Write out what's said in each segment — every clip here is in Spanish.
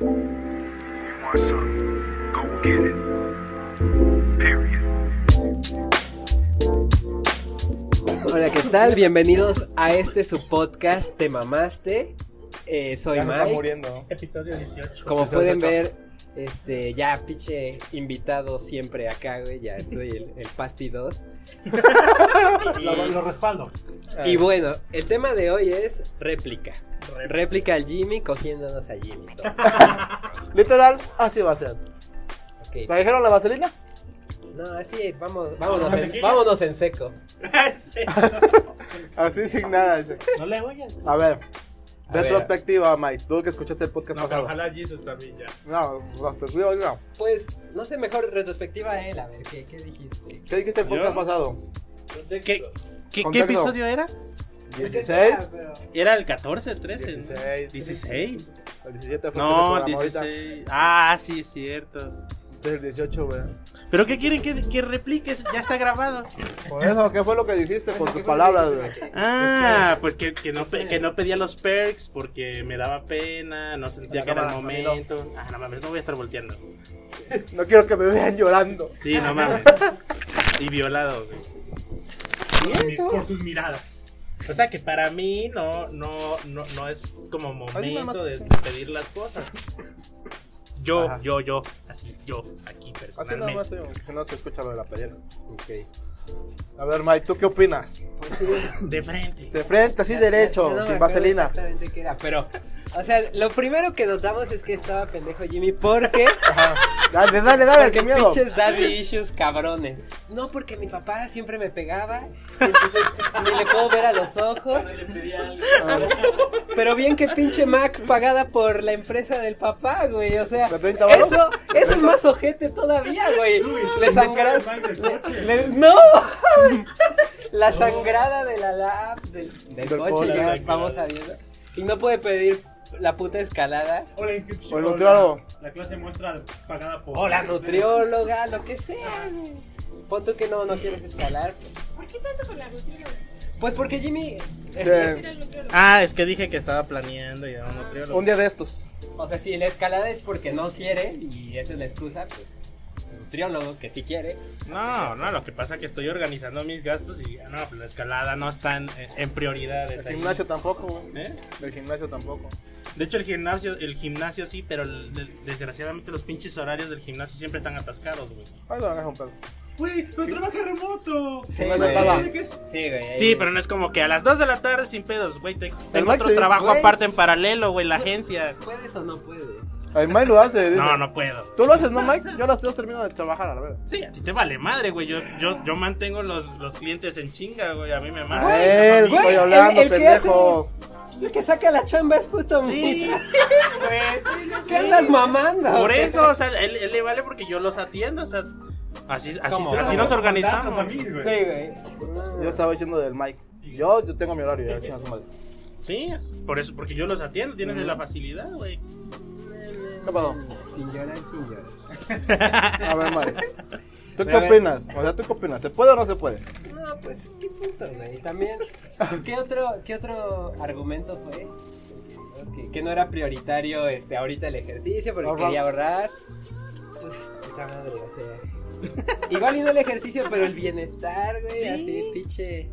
You want some? Go get it. Period. Hola, ¿qué tal? Bienvenidos a este su podcast Te Mamaste. Eh, soy Ya me está Mike. muriendo. Episodio 18. Como pueden Episodio ocho. ver, este ya pinche invitado siempre acá, güey. Ya soy el, el Pasti 2. Lo, lo respaldo. Y bueno, el tema de hoy es réplica. Réplica al Jimmy cogiéndonos a Jimmy. Literal, así va a ser. ¿La Ok. dijeron la vaselina? No, así, vamos, Ah, vámonos, Una en, tequila. vámonos en seco. Sí. Así sin nada. dice. No le oyes. A ver, A ver. retrospectiva, Mike. Tú que escuchaste el podcast No, pero pasado. ojalá Jesus también ya. No, retrospectiva, no. Pues, no sé, mejor retrospectiva a él, a ver, ¿qué, qué dijiste? ¿Qué dijiste el podcast ¿Yo? pasado? ¿Qué, qué, Contexto. qué episodio era? ¿16? Era el 14, 13. ¿no? 16. 16. El 17 fue No, el que se programa 16. Ah, sí, es cierto. ahorita. Este es el 18, güey. ¿Pero qué quieren que, que repliques? Ya está grabado. Por eso, ¿qué fue lo que dijiste con tus palabras, güey? Ah, pues que, que, no, pe- que no pedía los perks porque me daba pena, no sentía que era el momento. Ah, no mames, no voy a estar volteando. No quiero que me vean llorando. Sí, no mames. Y violado, güey. Por sus miradas. O sea que para mí no, no, no, no es como Ay, mamá. momento de, de pedir las cosas. Yo, Ajá. yo, yo, así, yo, aquí Así nada más, personalmente. tío, que no se escucha lo de la pelea. A ver, Mike, ¿tú qué opinas? De frente. De frente, así derecho, Ya- ya no me sin acuerdo vaselina. Exactamente qué era, pero. O sea, lo primero que notamos es que estaba pendejo Jimmy porque. Ajá. Dale, dale, dale, Porque sin miedo. pinches daddy issues cabrones. No, porque mi papá siempre me pegaba. Entonces ni le puedo ver a los ojos. Ah. Pero bien que pinche Mac pagada por la empresa del papá, güey. O sea, ¿De 30 varos? eso, eso es más ojete todavía, güey. Le sangraron. Mal del coche. Le- ¡No! La sangrada de la lab, del, del Del coche, coche. ya La vamos sangrada. sabiendo. Y no puede pedir la puta escalada. O la inscripción. O el nutriólogo. La, la clase muestra pagada por. O la Pues, nutrióloga, lo que sea, güey. Pon tú que no, no quieres escalar. ¿Por qué tanto con la rutina? Pues porque Jimmy, eh, Sí. Ah, es que dije que estaba planeando y era un nutriólogo. Un día de estos. o sea, si la escalada es porque no quiere, y esa es la excusa, pues es un nutriólogo que sí quiere. No, no, lo que pasa es que estoy organizando mis gastos y ah, no, pues la escalada no está en, en prioridades. El ahí. gimnasio tampoco, güey. ¿Eh? El gimnasio tampoco. De hecho, el gimnasio, el gimnasio sí, pero el- del- desgraciadamente los pinches horarios del gimnasio siempre están atascados, güey. Ay, lo van a pedo. ¡Güey, no trabaja remoto! Sí, no güey. le paga. Sí, güey. Sí, pero no es como que a las 2 de la tarde sin pedos, güey. te- Tengo Max otro sí. trabajo Güey, aparte en sí. paralelo, güey, la agencia. ¿Puedes o no puedes? Ay, Mike lo hace. dice. No, no puedo. Tú lo haces, ¿no, Mike? Yo a las dos termino de trabajar, a la verdad. Sí, a ti te vale madre, güey. Yo, yo, yo mantengo los, los clientes en chinga, güey. A mí me A mata. él, güey, estoy el- hablando, el que pendejo. El que saca la chamba es puto Sí, Misa. güey. ¿Qué andas mamando? Por eso, o sea, él, él le vale porque yo los atiendo, o sea. Así, así, ¿Cómo? así nos organizamos. A mí, Sí, güey. güey. Yo estaba diciendo del Mike. Yo, yo tengo mi horario, ya, chinga su madre. Sí, es por eso, porque yo los atiendo, tienes la facilidad, güey. ¿Qué pasó? Sin llorar, sin llorar. A ver, Mike. ¿Tú qué A ver. opinas? O sea, ¿tú qué opinas? ¿Se puede o no se puede? No, pues qué puto, güey. Y También, ¿qué otro, qué otro argumento fue? Que, que no era prioritario este, ahorita el ejercicio porque Ahorrar. quería ahorrar. Pues, puta madre, o sea. Igual y no el ejercicio, pero el bienestar, güey. Así, pinche.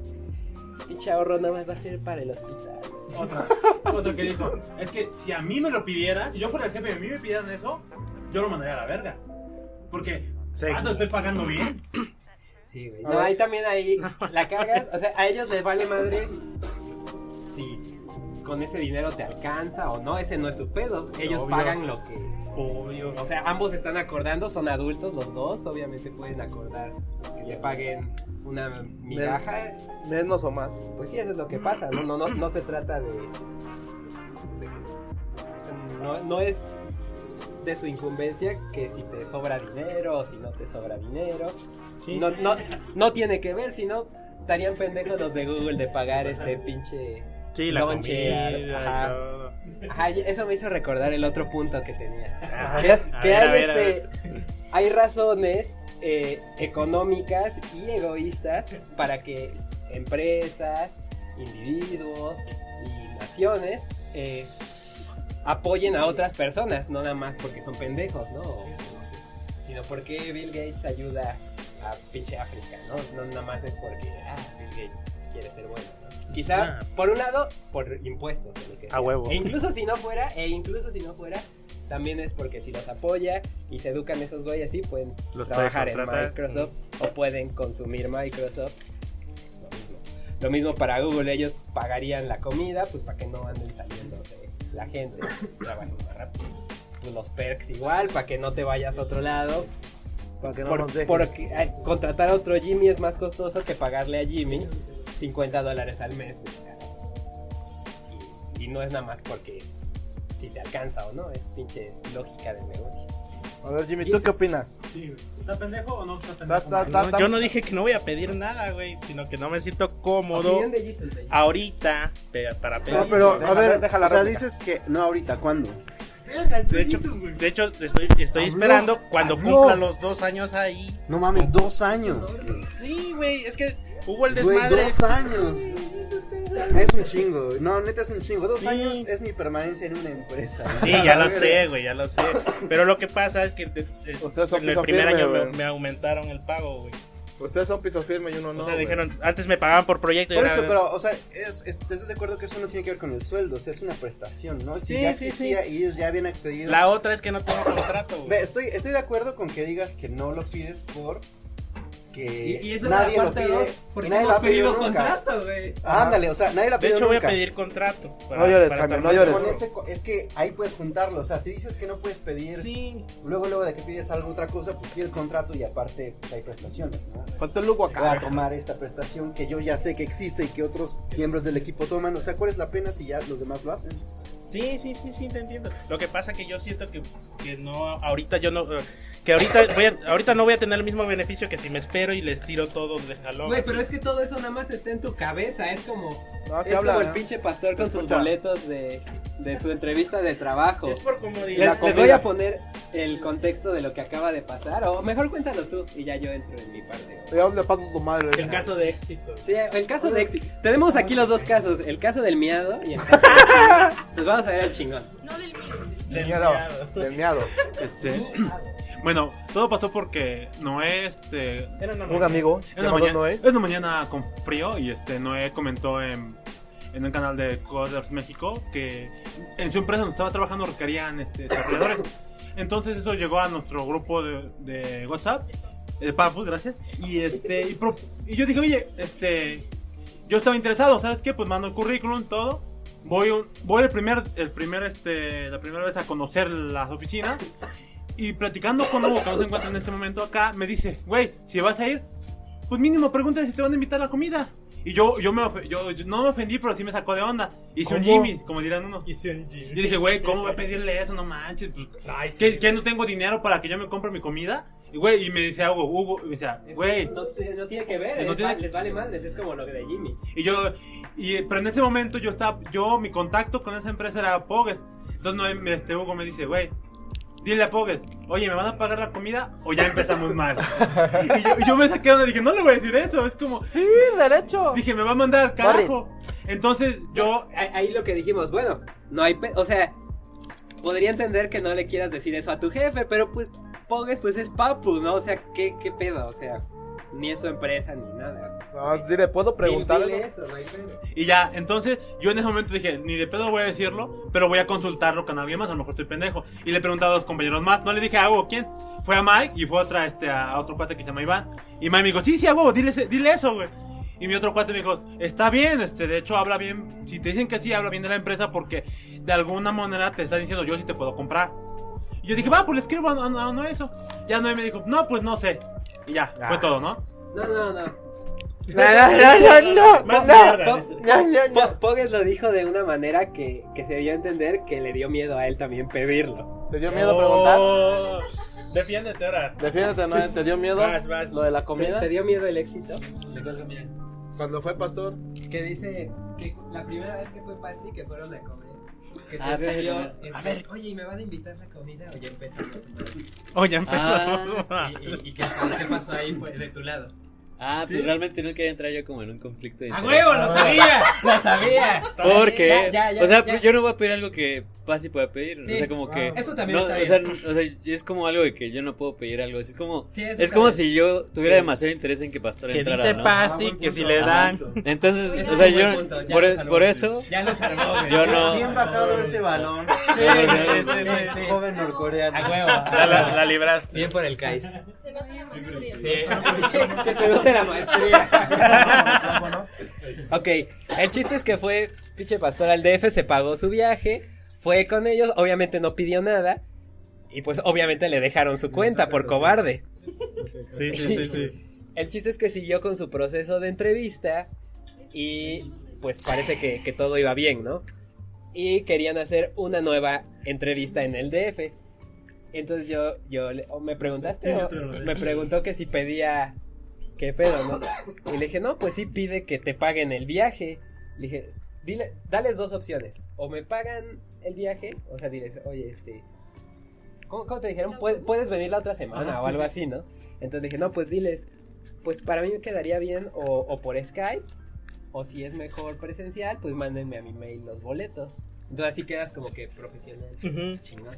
Pinche ahorro nada más va a ser para el hospital. güey. Otra. Otro que dijo. Es que si a mí me lo pidiera, si yo fuera el jefe y a mí me pidieran eso, yo lo mandaría a la verga. Porque. Sí. Ah, no estoy pagando bien. Sí, güey. A No, ver. ahí también ahí la cagas. O sea, a ellos les vale madre si con ese dinero te alcanza o no. Ese no es su pedo. Ellos Obvio. pagan lo que. Obvio. O sea, ambos están acordando, son adultos los dos, obviamente pueden acordar que le paguen una migaja. Menos o más. Pues sí, eso es lo que pasa, no, no, no, no se trata de... de que- o sea, no, no es de su incumbencia que si te sobra dinero o si no te sobra dinero. No, no, no tiene que ver, sino estarían pendejos los de Google de pagar este pinche... sí, la lonche, comida, ajá. todo. Ajá, y eso me hizo recordar el otro punto que tenía. A Que, ver, que a ver, a hay, ver, a este, hay razones eh, económicas y egoístas para que empresas, individuos y naciones eh, apoyen a otras personas, no nada más porque son pendejos, ¿no? O- Sino porque Bill Gates ayuda a pinche África, ¿no? No nada más es porque, ah, Bill Gates quiere ser bueno. ¿no? Quizá, Ah. por un lado, por impuestos. o lo que sea. Pues huevo. E incluso si no fuera, e incluso si no fuera, también es porque si los apoya y se educan esos güeyes, sí pueden Los trabajar en contrata. Microsoft o pueden consumir Microsoft. Pues lo mismo. Lo mismo para Google, ellos pagarían la comida, pues para que no anden saliendo de la gente, trabajen más rápido. Pues los perks igual, para que no te vayas a otro lado. Para que no Por- nos dejes. porque eh, contratar a otro Jimmy es más costoso que pagarle a Jimmy 50 dólares al mes. o sea. Y, y no es nada más porque si te alcanza o no, es pinche lógica del negocio. A ver, Jimmy, ¿tú Jesus. qué opinas? Sí, güey. ¿Está pendejo o no está pendejo? Estás- estás- Mario? estás- No, yo no dije que no voy a pedir nada, güey, sino que no me siento cómodo Opinión de Jesus, güey. ahorita pe- para pedir. No, pero a Déjala, ver, déjala o sea, réplica. dices que no ahorita, ¿cuándo? Verga, el de hecho, Jesus, güey. de hecho estoy, estoy esperando cuando cumpla los dos años ahí. No mames, dos años. güey. Sí, güey, es que hubo el Güey, desmadre. dos años. Es un chingo. güey. No, neta es un chingo. Dos Sí. años es mi permanencia en una empresa. Sí, ya lo sé, güey, ya lo sé. Pero lo que pasa es que de- de- Ustedes son en el piso primer firme, año me, güey. me aumentaron el pago, güey. Ustedes son piso firme y uno no. o sea, güey. dijeron, antes me pagaban por proyecto. y Por ahora eso, es- pero, o sea, es- es- ¿te estás de acuerdo que eso no tiene que ver con el sueldo? O sea, es una prestación, ¿no? Si Sí, ya sí, existía y ellos ya habían accedido. La otra es que no tengo contrato, Ve, güey. estoy, estoy de acuerdo con que digas que no lo pides por que Y, y esa Eh, nadie es la lo parte pide. dos, y porque no nadie lo hemos ha pedido pedido nunca. contrato, güey. Ah, ándale, o sea, nadie lo ha De pedido hecho, voy a nunca. pedir contrato. No llores, estar Jaime, no más llores. Con seguro. ese co- es que ahí puedes juntarlo, o sea, si dices que no puedes pedir, Sí, luego luego de que pides algo otra cosa, pues pide el contrato y aparte pues, hay prestaciones, ¿no? ¿Cuánto es lugo Voy a acá? tomar esta prestación que yo ya sé que existe y que otros miembros del equipo toman, o sea, ¿cuál es la pena si ya los demás lo hacen? sí, sí, sí, sí, te entiendo. Lo que pasa que yo siento que, que no, ahorita yo no... Que ahorita, voy a- ahorita no voy a tener el mismo beneficio que si me espero y les tiro todo de jalón. Güey, así. pero es que todo eso nada más está en tu cabeza, es como, No, aquí es habla, como el ¿eh? pinche pastor con sus Escucha. boletos de, de su entrevista de trabajo. Es por Les, comodidad. les voy a poner el contexto de lo que acaba de pasar, o mejor cuéntalo tú y ya yo entro en mi parte. Ya le paso a tu madre. El caso de éxito. Sí, el caso de éxito. Tenemos aquí los dos casos, el caso del miado y el caso del chingón. Pues vamos a ver el chingón. No del mío. Del miado. Del miado. Este, bueno, todo pasó porque Noé, este, Era era una Un amigo. una llamado mañana, Noé. era una mañana con frío y este Noé comentó en, en un canal de Coders México que en su empresa donde estaba trabajando requerían este, desarrolladores. Entonces eso llegó a nuestro grupo de, de WhatsApp, de Papus, gracias. Y este y, pro- y yo dije, oye, este, yo estaba interesado, ¿sabes qué? Pues mando el currículum, todo. Voy, un- voy el primer, el primer, este, la primera vez a conocer las oficinas. Y platicando con Hugo, que no se encuentra en este momento acá, me dice, güey, si vas a ir, pues mínimo pregúntale si te van a invitar a la comida. Y yo, yo, me ofe- yo, yo no me ofendí, pero sí me sacó de onda. Hice un ¿Cómo? Jimmy, como dirán uno. Hice un gym. Yo dije, güey, ¿cómo voy a pedirle eso? No manches. pues, Ay, sí, ¿qué, güey. qué, no tengo dinero para que yo me compre mi comida? Y, güey, y me decía Hugo, Hugo, y me decía, güey. No, te- no tiene que ver, No les, tiene va- que- les vale madres, es como lo de Jimmy. Y yo, y, pero en ese momento yo estaba, yo, mi contacto con esa empresa era Pogues. Entonces no, me- este Hugo me dice, güey, dile a Pogues, oye, ¿me van a pagar la comida o ya empezamos mal? y, yo, y yo me saqué donde dije, no le voy a decir eso, es como, Sí, derecho. dije, me va a mandar al carajo. Entonces yo, ahí ahí lo que dijimos, bueno, no hay, pe- o sea, podría entender que no le quieras decir eso a tu jefe, pero pues Pogues pues es Papu, ¿no? O sea, qué, qué pedo, o sea, ni es su empresa ni nada. Nada más dile, ¿puedo preguntarle? Dile eso, no hay pedo. y ya, entonces yo en ese momento dije, ni de pedo voy a decirlo, pero voy a consultarlo con alguien más, a lo mejor estoy pendejo. Y le he preguntado a dos compañeros más, no le dije a Hugo quién. Fue a Mike y fue a otra, este, a otro cuate que se llama Iván. Y Mike me dijo, sí, sí, a huevo, dile, ese- dile eso, güey. Y mi otro cuate me dijo, está bien, este, de hecho habla bien, si te dicen que sí, habla bien de la empresa porque de alguna manera te están diciendo yo sí te puedo comprar. Y yo dije, va, pues le escribo a, a- a- no eso. Ya no me dijo, no, pues no sé. Y ya, Ah. fue todo, ¿no? No, no, no. No, no, no, no. Más No, mierda. no, dice. Po- Pogues lo dijo de una manera que, que se dio a entender que le dio miedo a él también pedirlo. ¿Te dio miedo preguntar? Oh, Defiéndete ahora. Defiéndete, ¿no? ¿Te dio miedo Vas, vas. lo de la ¿Te, comida? te dio miedo el éxito? Cuando fue pastor. Que dice que la primera vez que fue Pasti que fueron a comer. Que Ah, A ver, sirvió, a ver. este, A ver. Oye, ¿y me van a invitar la comida? Oye, empezamos. Oh, Oye, Ah. ¿Y, y- y qué, qué pasó ahí pues, de tu lado? Ah, pues realmente nunca había entrado yo como en un conflicto de ¡A interés. huevo! ¡Lo sabía! ¡Lo sabía! Porque, Ya, ya, ya, o sea, ya. yo no voy a pedir algo que Pasi pueda pedir. Sí. O sea, como que. Eso también no, está o sea, bien. n- o sea, es como algo de que yo no puedo pedir algo. así Es como, Sí, eso es está como bien. si yo tuviera demasiado interés en que Pastor Que entrara. dice ¿no? Ah, Pasti que si le dan. Entonces, Eso o sea, es un buen yo. punto, ya Por, lo e- salvó. por eso. Ya lo salvó, güey. Yo no. Bien bajado ese balón. Sí, sí, sí, sí, sí. Joven norcoreano. A huevo. La, la- la libraste. Bien por el Kais. Se nota la maestría. Sí. que se note la maestría. Bueno, ok, el chiste es que fue pinche pastor al DF, se pagó su viaje, fue con ellos, obviamente no pidió nada. Y pues obviamente le dejaron su cuenta por cobarde. Sí, sí, sí, sí. El chiste es que siguió con su proceso de entrevista y pues parece que, que todo iba bien, ¿no? Y querían hacer una nueva entrevista en el DF. Entonces yo, yo le- o me preguntaste, o- me preguntó que si pedía, ¿qué pedo, no? Y le dije, no, pues sí pide que te paguen el viaje. Le dije, dile, dales dos opciones, o me pagan el viaje, o sea, diles, oye, este, ¿cómo, cómo te dijeron? Pue- Puedes venir la otra semana o algo así, ¿no? Entonces dije, no, pues diles, pues para mí me quedaría bien o, o por Skype, o si es mejor presencial, pues mándenme a mi mail los boletos. Entonces así quedas como que profesional, Ujú. chingón.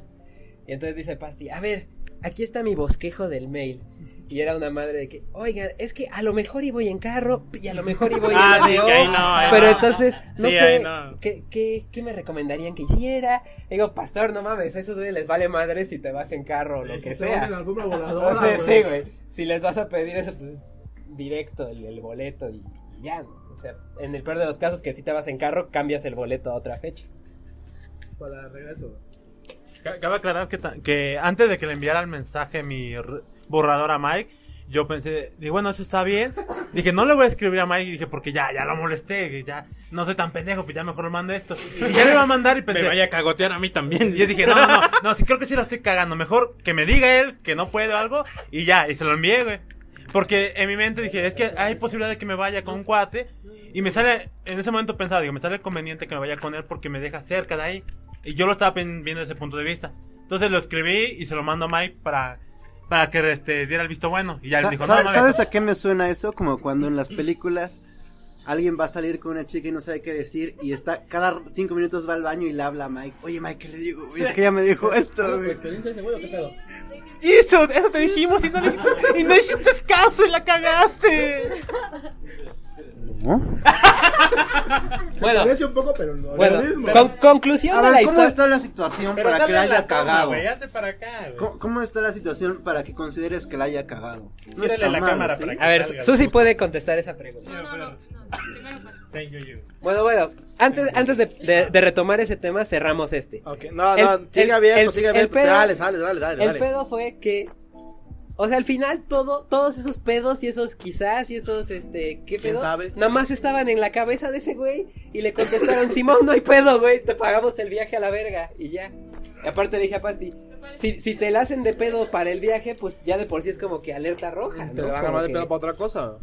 Y entonces dice Pasti, a ver, aquí está mi bosquejo del mail. Y era una madre de que, oigan, es que a lo mejor y voy en carro, y a lo mejor y voy en Ah, sí, avión, que ahí no, ahí Pero no. entonces, no Sí, sé, ahí no. ¿qué, qué, qué me recomendarían que hiciera? Y digo, pastor, no mames, a esos güeyes les vale madre si te vas en carro o lo que sea. en la alfombra No voladora, sé, güey. sí, güey. Si les vas a pedir eso, pues directo el, el boleto y y ya. ¿no? O sea, en el peor de los casos que si te vas en carro, cambias el boleto a otra fecha. Para regreso. Ca- Cabe aclarar que, ta- que antes de que le enviara el mensaje mi r- borrador a Mike, yo pensé, dije, bueno, eso está bien. Dije, no le voy a escribir a Mike, y dije, porque ya, ya lo molesté, que ya no soy tan pendejo, pues ya mejor le mando esto. Y ya le iba a mandar y Me pensé, vaya a cagotear a mí también. yo dije, no, no, no, no, sí, creo que sí lo estoy cagando. Mejor que me diga él que no puedo algo y ya, y se lo envié, güey. Porque en mi mente dije, es que hay posibilidad de que me vaya con un cuate. Y me sale, en ese momento pensaba, digo, me sale conveniente que me vaya con él porque me deja cerca de ahí. Y yo lo estaba pen- viendo desde ese punto de vista. Entonces lo escribí y se lo mando a Mike para, para que este, diera el visto bueno. Y ya él dijo, no, ¿Sabes, no, sabes a qué me suena eso? Como cuando en las películas alguien va a salir con una chica y no sabe qué decir y está cada cinco minutos va al baño y le habla a Mike. Oye, Mike, ¿qué le digo? güey? Es que ya me dijo esto. güey". experiencia ese güey o qué pedo? Y eso, eso te dijimos y no le hiciste, y no hiciste caso y la cagaste. ¿No? Bueno, Parece un poco, pero no. bueno, lo mismo. con- conclusión A de la ver, ¿cómo historia. está la situación para que la haya cagado? para acá, güey. ¿Cómo, cómo está la situación para que consideres que la haya cagado? No Gírale está la mal, cámara ¿sí? para que- A ver, salga. Susi puede contestar esa pregunta. No, no, no, no. Primero para. Thank you, you. Bueno, bueno, antes, antes de, de- de retomar ese tema, cerramos este. Ok, no, El- no, el- sigue abierto, el- sigue el abierto. pedo- dale, dale, dale, dale. El dale. pedo fue que. O sea, al final todo, todos esos pedos y esos quizás y esos este, ¿qué pedo? sabe? Nada más estaban en la cabeza de ese güey y le contestaron, Simón, no hay pedo, güey, te pagamos el viaje a la verga y ya. Y aparte le dije a Pasti, si, si te la hacen de pedo para el viaje, pues ya de por sí es como que alerta roja. Te ¿no? van a Como armar de que- pedo para otra cosa.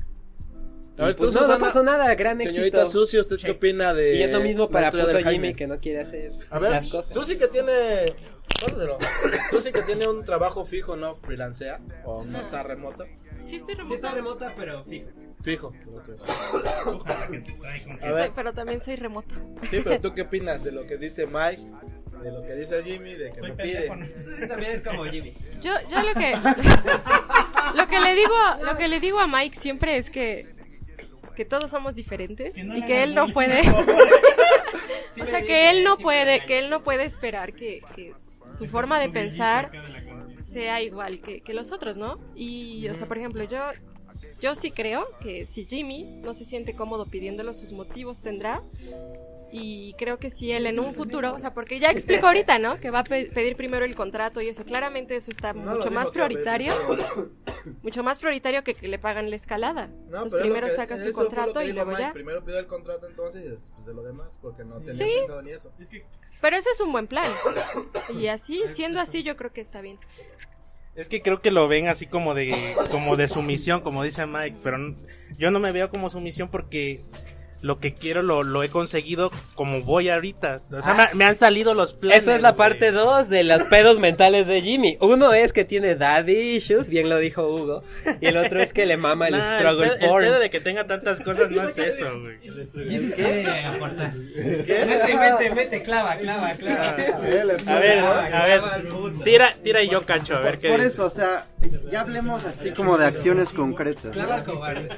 y pues no, no pasó nada, gran Señorita éxito. Susi, ¿usted qué Che. opina de.? Y es lo mismo la para historia puto del Jaime? Jimmy que no quiere hacer A ver, las cosas. Susi que tiene. Pásaselo. Susi que tiene un trabajo fijo, ¿no? Freelancea. O no está remota. Sí, estoy Sí está remota. remota, pero fijo. Fijo. Ojalá que te traigan. A ver. pero también soy remota. Sí, pero ¿tú qué opinas de lo que dice Mike? De lo que dice el Jimmy, de que me pide. Susi también es como Jimmy. Yo, yo lo que lo que le digo lo que le digo a Mike siempre es que que todos somos diferentes y que él no puede o sea que él no puede que él no puede esperar que, que su forma de pensar sea igual que, que los otros no y o sea por ejemplo yo yo sí creo que si Jimmy no se siente cómodo pidiéndolo sus motivos tendrá y creo que si él en un futuro, o sea, porque ya explico ahorita, ¿no? Que va a pe- pedir primero el contrato y eso, claramente eso está mucho más prioritario, pues mucho más prioritario que que le pagan la escalada. Entonces primero saca su contrato y luego ya. Primero pide el contrato entonces y después de lo demás, porque no tenía Sí. pensado ni eso. Pero ese es un buen plan. Y así, siendo así, yo creo que está bien. Es que creo que lo ven así como de como de sumisión, como dice Mike, pero no- yo no me veo como sumisión porque lo que quiero lo, lo he conseguido como voy ahorita. O sea, me, me han salido los planes. Eso Ah. es la güey. parte 2 de los pedos mentales de Jimmy. Uno es que tiene daddy issues, bien lo dijo Hugo. Y el otro es que le mama el Nah, struggle pedo- el porn. pedo de que tenga tantas cosas no es eso, güey. ¿Qué? Aportar. Mete, mete, mete, clava, clava, clava. A ver, a ver, tira, tira y yo cacho, a ver qué Por dice. eso, o sea, ya hablemos así como de acciones concretas. Clava al cobarde.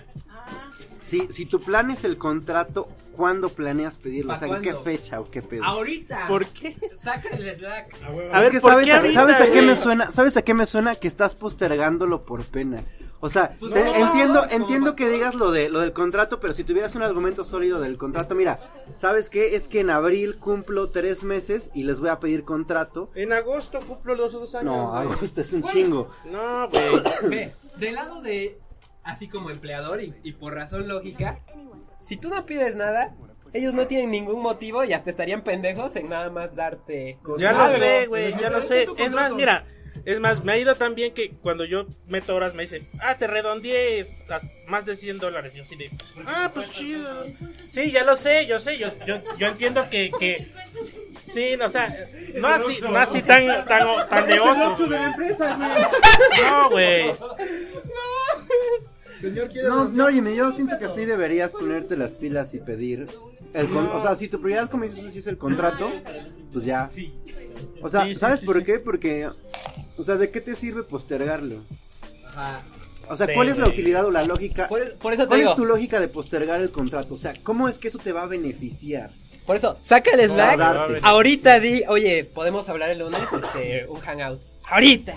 Si, si tu plan es el contrato, ¿cuándo planeas pedirlo? O sea, ¿en ¿Pa' qué cuándo? fecha o qué pedo? Ahorita. ¿Por qué? Sácale slack. Es que ¿por sabes, qué a- ahorita, sabes a qué me güey? suena, sabes a qué me suena que estás postergándolo por pena. O sea, Pues te- no, entiendo, no, no, entiendo que digas lo de lo del contrato, pero si tuvieras un argumento sólido del contrato, mira, sabes qué es que en abril cumplo tres meses y les voy a pedir contrato. En agosto cumplo los dos años. No, güey. agosto es un chingo. No, güey. Ve, del lado de, así como empleador y, y por razón lógica, si tú no pides nada, ellos no tienen ningún motivo y hasta estarían pendejos en nada más darte... Ya lo algo. sé, güey, ya lo sé. Es más, mira, es más, me ha ido tan bien que cuando yo meto horas me dicen, ah, te redondeé es hasta más de 100 dólares. Yo sí de, ah, pues chido. Sí, ya lo sé, yo sé, yo, yo, yo entiendo que, que- sí, no, o sea, no así, no así tan, tan, tan de Es el oso. Oxxo de la empresa, güey. No, güey. Señor, ¿quiere No, no, Jimmy, yo siento que sí deberías ponerte las pilas y pedir el con- o sea, si tu prioridad como dices tú, sí es el contrato, pues ya. O sea, Sí, sí, ¿sabes sí, por sí. qué? Porque o sea, ¿de qué te sirve postergarlo? Ajá. O sea, Sí, ¿cuál es la güey. utilidad o la lógica? Por, e-, por eso te ¿Cuál digo. es tu lógica de postergar el contrato? O sea, ¿cómo es que eso te va a beneficiar? Por eso, saca el No, Slack. darte. ahorita di, oye, podemos hablar el lunes, este, un hangout. Ahorita.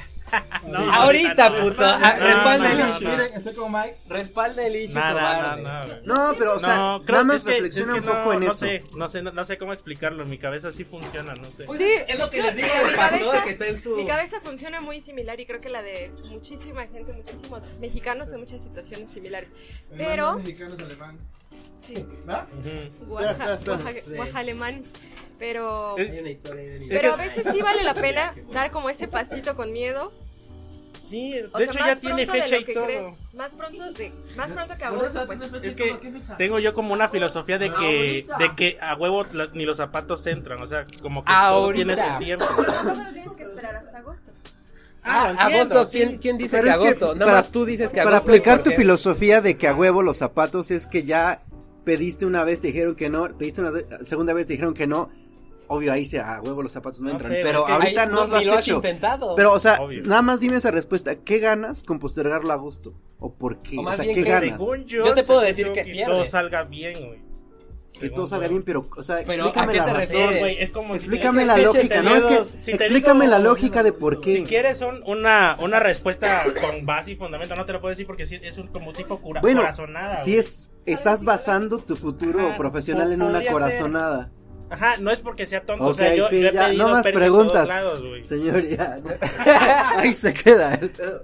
No, ahorita, no, puto. no, Ah, no, respalda no, el no, issue. no. Miren, estoy con Mike. Respalda el issue. Nada, cobarde. no, no, güey. No, pero, o sea, No, nada más es que- reflexiona es que un poco no, en no eso. Sé, no sé, no, no sé cómo explicarlo, en mi cabeza sí funciona, no sé. Pues sí, es lo que les digo Mi al pastor cabeza- que está en su. Mi cabeza funciona muy similar y creo que la de muchísima gente, muchísimos mexicanos en muchas situaciones similares. Pero... Mexicanos, alemanes. Sí. ¿Va? Guaja- Espera, espera, espera. guaja- guajalemán. Pero, Hay una historia de pero a veces sí vale la pena dar como ese pasito con miedo. Sí, de O hecho sea, ya más tiene pronto de fecha lo y que todo. crees. Más pronto, de, más pronto que agosto, pues. Es que tengo yo como una filosofía de que, de que a huevo la- ni los zapatos entran, o sea, como que todo Ahorita. tiene su tiempo. Tampoco tienes que esperar hasta agosto. Ah, entiendo, agosto, sí. ¿quién, ¿quién dice Pero que es que agosto? Nada para- más tú dices que Para agosto. aplicar tu porque- filosofía de que a huevo los zapatos es que ya pediste una vez, te dijeron que no, pediste una ve- segunda vez, te dijeron que no. Obvio, ahí se, a huevo los zapatos no entran, sé, pero es que ahorita ahí no, no- lo ni has, lo has hecho. intentado. Pero, o sea, Obvio. nada más dime esa respuesta. ¿Qué ganas con postergarlo a agosto? ¿O por qué? O O, más sea, bien ¿qué que ganas? según yo- Yo te puedo decir según que yo, pierdes. todo salga bien, güey. Que todo salga bien, pero, o sea, Pero, explícame ¿a qué la te razón. refieres? Güey, es como si explícame te- la es que lógica, te ¿no? Es digo- que, si te explícame digo- la lógica de por qué. Si quieres un- una, una respuesta con base y fundamento, no te lo puedo decir porque sí es un como tipo cura, Bueno, corazonada. si güey. es, estás basando tu futuro Ajá, profesional po- en una podría ser. corazonada. Ajá, no es porque sea tonto, Ok, o sea, yo, Phil, yo he ya, pedido no más perros de preguntas. todos lados, güey. Señor, ya. Ahí se queda ¿eh? el pedo.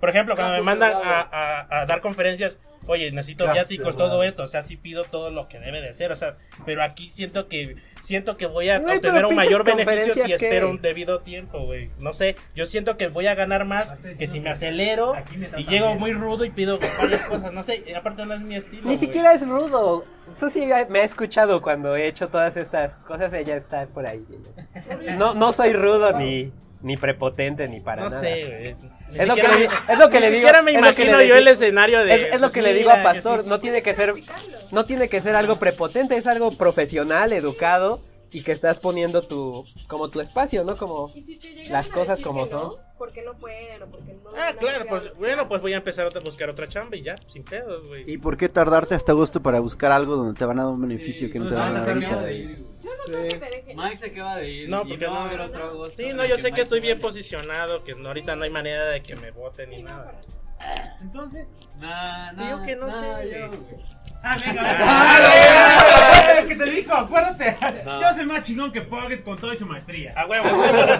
Por ejemplo, cuando me Caso mandan a, cerrado. a- a dar conferencias, oye, necesito Caso viáticos, cerrado. todo esto, o sea, sí pido todo lo que debe de ser, o sea, pero aquí siento que siento que voy a Güey, pero obtener un pinches mayor beneficio si conferencias, ¿qué? espero un debido tiempo, güey. No sé, yo siento que voy a ganar más que si me acelero y llego muy rudo y pido varias cosas, no sé, eh, aparte no es mi estilo. Ni güey. siquiera es rudo. Susi me ha escuchado cuando he hecho todas estas cosas, ella está por ahí. No, no soy rudo ni, ni prepotente ni para No nada. sé, güey. Ni Es lo, que siquiera le, me- es lo que ni le digo. siquiera me es lo que imagino le yo el digo- escenario de, Es, es lo pues, que le mira, digo a que Pastor. sí, No tiene que ser. No tiene que ser algo prepotente. Es algo profesional, educado y que estás poniendo tu. Como tu espacio, ¿no? Como las cosas como son. Porque no pueden o porque no. Ah, claro, pues bueno, pues voy a empezar a buscar otra chamba y ya, sin pedos, güey. ¿Y por qué tardarte hasta agosto para buscar algo donde te van a dar un beneficio que no te van a dar ahorita? pues, Mike se acaba de ir. No, y porque va a no, haber otro agosto Sí, en no, el yo sé Mike que estoy se bien vaya. posicionado, que no- ahorita no hay manera de que me voten ni nada. Entonces. Nah, nah, Digo que Ah, no nah, sé, yo- Ah, venga, Ah, venga. ¿Qué te dijo? Acuérdate. No. Yo soy más chingón que Poggers con toda su maestría. Ah, A huevo.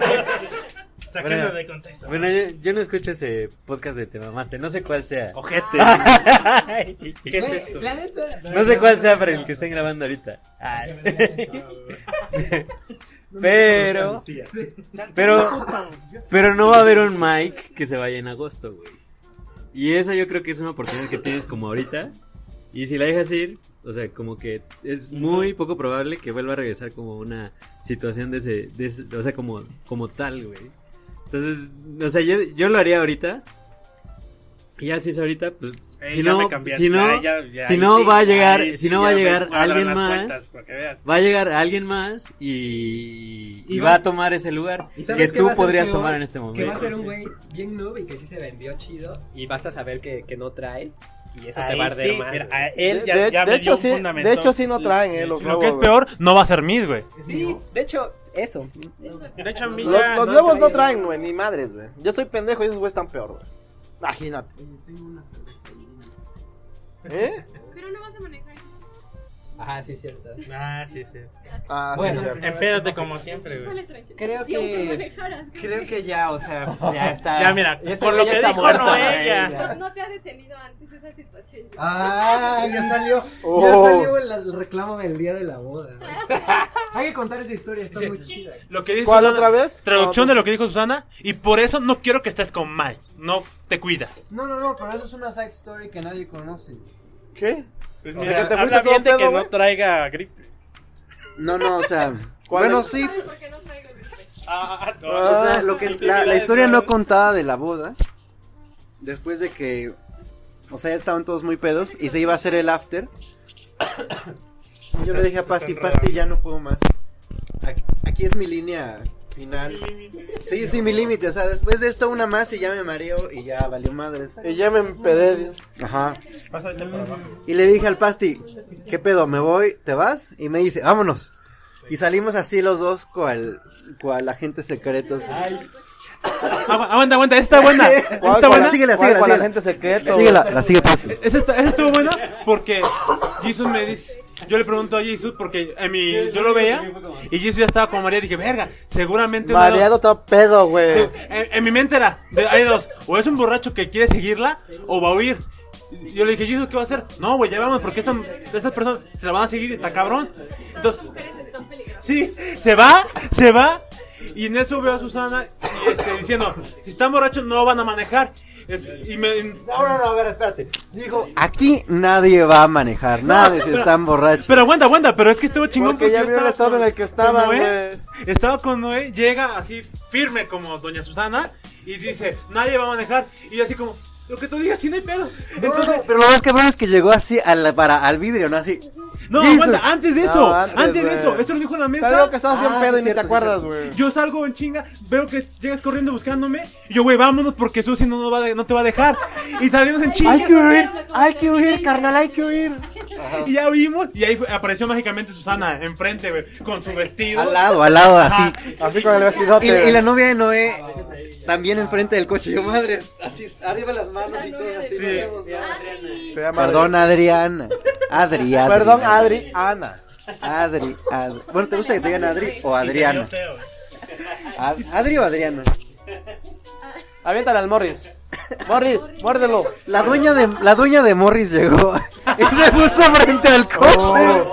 Saquenlo de contexto. Bueno, yo, yo no escucho ese podcast de Te Mamaste, no sé cuál sea. Ojete. Ay, ¿Qué es eso? La neta- No sé cuál sea para el que estén grabando ahorita. Ah. Ay. Pero, pero, pero no va a haber un Mike que se vaya en agosto, güey. Y esa yo creo que es una oportunidad que tienes como ahorita Y si la dejas ir, o sea, como que es muy poco probable que vuelva a regresar como una situación de ese, de ese- o sea, como, como tal, güey. Entonces, o sea, yo, yo lo haría ahorita. Y ya si es ahorita, pues... Ey, si ya no, me cambiaste. si no, Ah, ya, ya, si ahí no sí, va a llegar, ahí si sí no va a ya me llegar cuadran alguien las más, cuentas, para que vean. va a llegar alguien más y, y Y va va- a tomar ese lugar ¿Y que sabes qué va tú a ser podrías peor? tomar en este momento. Que va a ser un güey bien noob y que sí se vendió chido. Y vas a saber que, que no trae. Y eso te Ahí va a arder sí, más. mira, güey. a él ya- De- ya de me hecho dio un sí- fundamento. de hecho sí no traen, eh, los Lo que es nuevos, peor, no va a ser mid, güey. Sí, de hecho, eso. De hecho, a mí Los, los nuevos no traen, güey, ni madres, güey. Yo estoy pendejo y esos güeyes están peor, güey. Imagínate. ¿Eh? Pero no vas a manejar. Ajá, sí, es cierto. Ah, sí, sí. Ah, sí, Bueno, cierto. empédate como siempre, güey. Pues Creo Y aunque que. manejaras, Creo que ya, o sea, ya está. Ya, mira, ese por güey lo ya que está dijo muerto, güey, Noelia. ya. No, no te ha detenido antes esa situación. Ah, ya salió. Ya Oh. salió el, el reclamo del día de la boda. güey. Hay que contar esa historia, está muy chida. Lo que dice ¿Cuál Susana- otra vez? Traducción No, de lo que dijo Susana. Y por eso no quiero que estés con Mike. No te cuidas. No, no, no, pero eso es una side story que nadie conoce. ¿Qué? Pues O mira, sea, ¿te fuiste habla todo bien de pedo, que güey? no traiga gripe. No, no, o sea. ¿Cuál bueno, es? sí. Ah, no. O sea, lo que, la, la historia no contada de la boda. Después de que. O sea, ya estaban todos muy pedos y se iba a hacer el after. Yo le dije a Pasti, Pasti, ya no puedo más. Aquí, aquí es mi línea final. Sí, sí, mi límite. O sea, después de esto una más y ya me mareo y ya valió madres. Y ya me empedé. Ajá. Pásate por abajo. Y le dije al Pasti, ¿qué pedo? ¿Me voy? ¿Te vas? Y me dice, vámonos. Y salimos así los dos cual, cual agentes secretos. Agua- Aguanta, aguanta, esta buena. ¿Cuál, Esta cuál? buena. Síguela, síguela, Con la síguela. gente secreta. Síguela, la sigue Pasti. Esa, está- esa estuvo buena porque Jesus me dice. Yo le pregunto a Jesus porque en mi, yo lo veía y Jesus ya estaba con María. Dije, verga, seguramente. una de dos- Mareado todo pedo, güey. En, en mi mente era, de- hay dos, o es un borracho que quiere seguirla o va a huir. Y Yo le dije, Jesus, ¿qué va a hacer? No, güey, ya vamos, porque estas, estas personas se la van a seguir y está cabrón. Entonces, sí, se va, se va. Y en eso veo a Susana y, este, diciendo, si están borrachos no van a manejar. Es- Y me... No, no, no, a ver, espérate. Dijo, Aquí nadie va a manejar nada de si están borrachos. Pero aguanta, aguanta, pero es que estuvo chingón Porque ya yo vio el estaba estado en el que con estaban, Noé. Estaba con Noé, llega así firme como Doña Susana y dice, nadie va a manejar. Y yo así como, lo que tú digas, sí, no hay pedo. Entonces, Pero lo más cabrón es que llegó así al, para, al vidrio, ¿no? Así. No, Jesus. aguanta, antes de No, eso, antes, de güey. eso, esto lo dijo en la mesa. Ah, Te digo que estabas bien pedo y ni te acuerdas, güey. Yo salgo en chinga, veo que llegas corriendo buscándome, y yo, güey, vámonos porque Susi no, nos va de- no te va a dejar. Y salimos en chinga. Hay que huir, hay que huir, carnal, hay que huir. Y ya huimos, y ahí fue- apareció mágicamente Susana enfrente, güey, con su vestido. Al lado, al lado, así. Así con el vestidote. Y, y la güey. novia de Noé también enfrente del coche. Yo, madre, así, arriba las manos y todo así. Sí. Se llama Perdón, Adriana. Adri, Adri. Perdón, Adri, Ana. Adri, Adri. Bueno, ¿te gusta que te digan Adri o Adriana? Ad- ¿Adri o Adriana? Aviéntale al Morris. Morris, muérdelo. La dueña de, la dueña de Morris llegó y se puso frente al coche.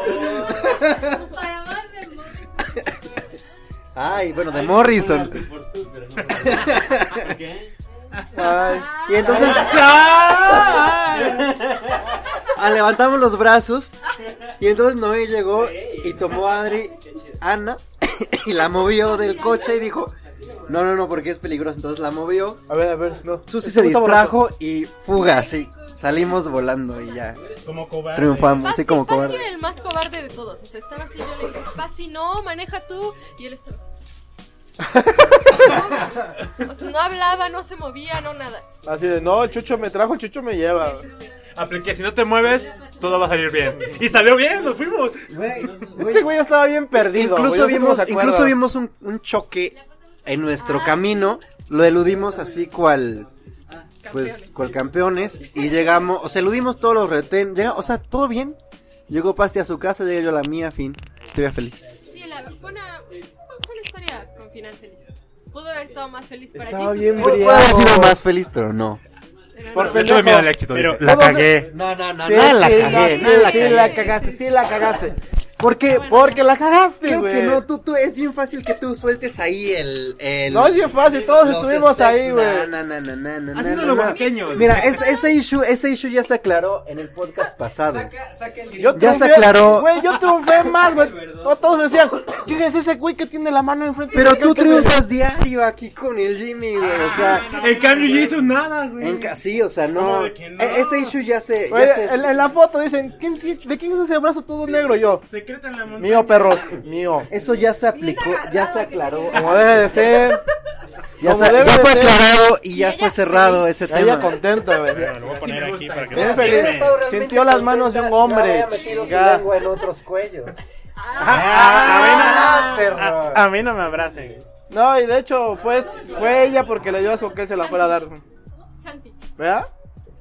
Ay, bueno, de Morrison. Ay, y entonces Ah, levantamos los brazos y entonces Noé llegó y tomó a Adri, Ana, y la movió del coche y dijo, no, no, no, porque es peligroso, entonces la movió. A ver, a ver, no. Susi se distrajo y fuga, sí. Salimos volando y ya. Como cobarde. Triunfamos, así como Pasti cobarde. era el más cobarde de todos. O sea, estaba así, yo le dije, Pasti, no, maneja tú. Y él estaba así. No, o sea, no hablaba, no se movía, no nada. Así de, no, Chucho me trajo, Chucho me lleva. Apliqué, si no te mueves, todo va a salir bien. Y salió bien, nos fuimos. Este güey ya estaba bien perdido. güey, Incluso ya sé cómo vimos, se acuerda. incluso vimos un, un choque en nuestro camino, lo eludimos así cual, pues, cual campeones y llegamos, o sea, eludimos todos los retén, llega, o sea, todo bien. Llegó Pasti a su casa, llegué yo a la mía, fin. Estuve feliz. Sí, la, fue, una, fue una historia con final feliz. Pudo haber estado más feliz para Estaba Jesus, bien pero- Pude haber sido más feliz, pero no. Por Yo tuve pendejo. miedo al éxito, Pero dije. la Todos- cagué. No, no, no, nada la cagué, sí, nada la sí cagué. la cagaste, sí la cagaste. ¿Por qué? Porque la cagaste, Creo güey. que no, tú, es bien fácil que tú sueltes ahí el... el No, es bien fácil, todos estuvimos ahí, güey. Na, na, na, na, na, Haciendo na, lo na. oaxaqueño, güey. Mira, es- ese, issue, ese issue ya se aclaró en el podcast pasado. Yo ya se triunfé, aclaró. Güey, yo triunfé más, güey. No, todos decían, ¿quién es ese güey que tiene la mano enfrente? Pero de mí? tú ¿Qué- qué- triunfas diario aquí con el Jimmy, güey. O sea, en cambio, yo hizo nada, güey. En ca- sí, o sea, no. ¿Cómo de que no? E- Ese issue ya se. ya Güey, se- en, en la foto dicen, "¿Quién- quién- ¿de quién es ese brazo todo negro? Yo, Secreta en la montaña. mío, perros, mío. Eso ya se aplicó, ya se aclaró. Como debe de ser. Ya, Como se- debe ya de fue ser. aclarado y ya fue cerrado ese Ya tema. Ella contenta, güey. Lo voy a poner aquí para que Bien no se feliz. pierda. Sintió las manos de un hombre. Ya había metido su Ya. lengua en otros cuellos. Ah, Ah, perro. A, a mí no me abracen. No, y de hecho fue, fue ella porque le dio asco que él se la fuera a dar. Chanti. ¿Verdad?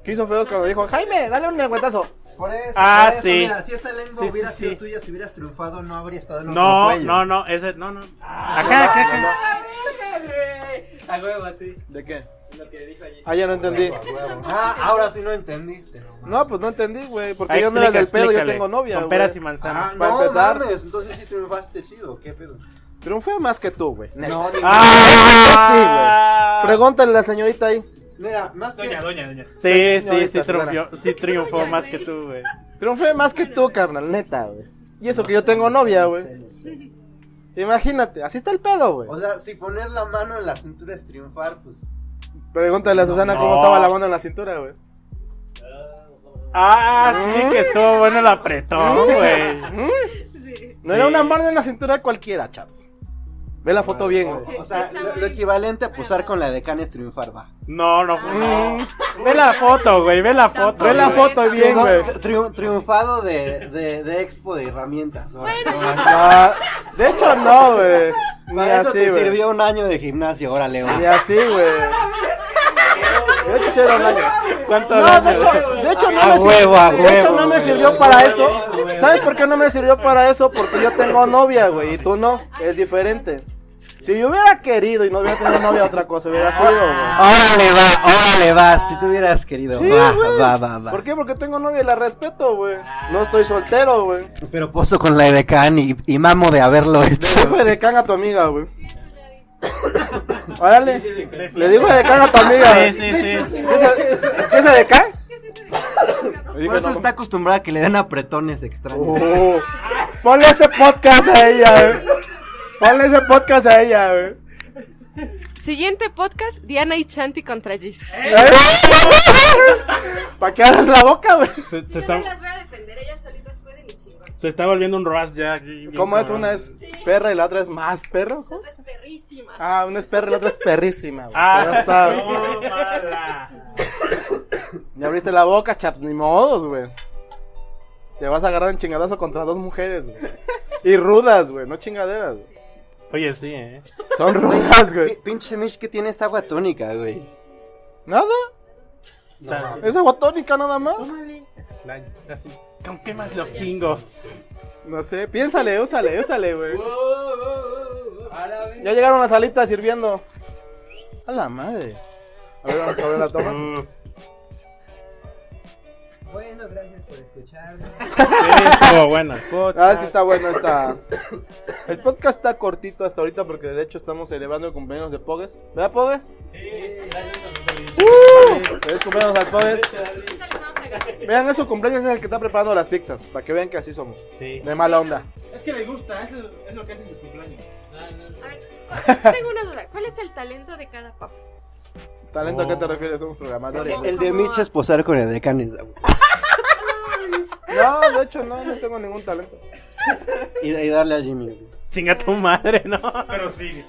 Quiso feo cuando dijo, Jaime, dale un lengüetazo. Por eso, Ah, por eso, sí. Mira, si esa lengua Sí, sí, hubiera sí. sido tuya, si hubieras triunfado, no habría estado en otro No, cuello. no, no, ese, no, no. Ah, Acá, acá, acá. ¡Ah, A huevo, así. ¿De qué? Lo que dijo allí. Ah, ya no entendí. Ah, ahora sí no entendiste. No, No, pues no entendí, güey, porque Ah, yo no era del explica, pedo, yo explícale. tengo novia. Con peras güey. y manzanas. Ah, Para empezar, mames, entonces sí triunfaste chido, ¿qué pedo? triunfé más que tú, güey. No, ni- Ah, sí, güey. Pregúntale a la señorita ahí. Mira, más que... doña, doña. Sí, sí, Señorita, sí, triunfó, Susana. sí triunfó más que tú, güey. Triunfé más que tú, carnal, neta, güey. Y eso que yo tengo novia, güey. Imagínate, así está el pedo, güey. O sea, si poner la mano en la cintura es triunfar, pues... Pregúntale a Susana No. cómo estaba la mano en la cintura, güey. Ah, ¿Eh? sí, que estuvo bueno la apretón, güey. No Sí. era una mano en la cintura cualquiera, chaps. Ve la foto bien, güey. O sea, lo, lo equivalente a posar con la de Can es triunfar, va. No, no, no. Ve la foto, güey, ve la foto. Ve la güey. foto y bien, güey. Triun- triun- triunfado de, de, de expo de herramientas. ahora. Ah, de hecho, no, güey. Ni Para eso así, te güey. sirvió un año de gimnasio, órale, va. Ni así, güey. De hecho, sí era un año. ¿Cuánto No, de daño? hecho, de hecho no A me sirvió. huevo, a de hecho, huevo, no me güey. sirvió para eso. ¿Sabes por qué no me sirvió para eso? Porque yo tengo novia, güey, y tú no. Es diferente. Si yo hubiera querido y no hubiera tenido novia, otra cosa Ah. hubiera sido, güey. Órale, va, órale, va. Si tú hubieras querido, Sí, va, güey. va, va, va. ¿Por qué? Porque tengo novia y la respeto, güey. No estoy soltero, güey. Pero poso con la de Can y, y mamo de haberlo hecho. Dijo de can a tu amiga, güey. Órale. Le digo de can a tu amiga, güey. Sí, sí, sí. ¿Sí es de can? Por eso está acostumbrada a que le den apretones extraños. Oh. Ponle este podcast a ella, güey. Ponle ese podcast a ella, güey. Siguiente podcast, Diana y Chanti contra Jesus. ¿Para qué abras la boca, güey? Se, se está... Se está volviendo un Raz ya. aquí, bien ¿Cómo es? cabrón. Una es perra y la otra es más perro. ¿Cómo es? Perrísima. Ah, una es perra y la otra es perrísima, güey. Ah, Ya está, sí. güey. Me abriste la boca, chaps, ni modos, güey. Te vas a agarrar en chingadazo contra dos mujeres, güey. Y rudas, güey, no chingaderas. Oye, sí, eh. Son rudas, güey. Pi- Pinche Mish que tienes agua tónica, güey. Nada, O sea, es agua tónica nada más. la- así, ¿Con qué más lo chingo? No sé, piénsale, úsale, úsale, güey. Oh, Ya llegaron las alitas sirviendo. A la madre. A ver, vamos a ver la toma. Uf. Bueno, gracias por escucharnos. Sí, estuvo buena. Ah, es que está bueno esta. El podcast está cortito hasta ahorita porque de hecho estamos celebrando el cumpleaños de Pogues. ¿Verdad, Pogues? ¡Uh! Feliz cumpleaños al Pogues. Vean, es su cumpleaños es el que está preparando las pizzas. Para que vean que así somos. Sí. De mala onda. Es que le gusta, eso es- es lo que hace en su cumpleaños. Ah, A ver, cu- tengo una duda. ¿Cuál es el talento de cada papa? ¿Talento a Oh. qué te refieres? Somos programadores. El, el de Mitch es posar con el de Can. es- No, de hecho, no, no tengo ningún talento. Y, y darle a Jimmy. Chinga tu madre, ¿no? Pero sí.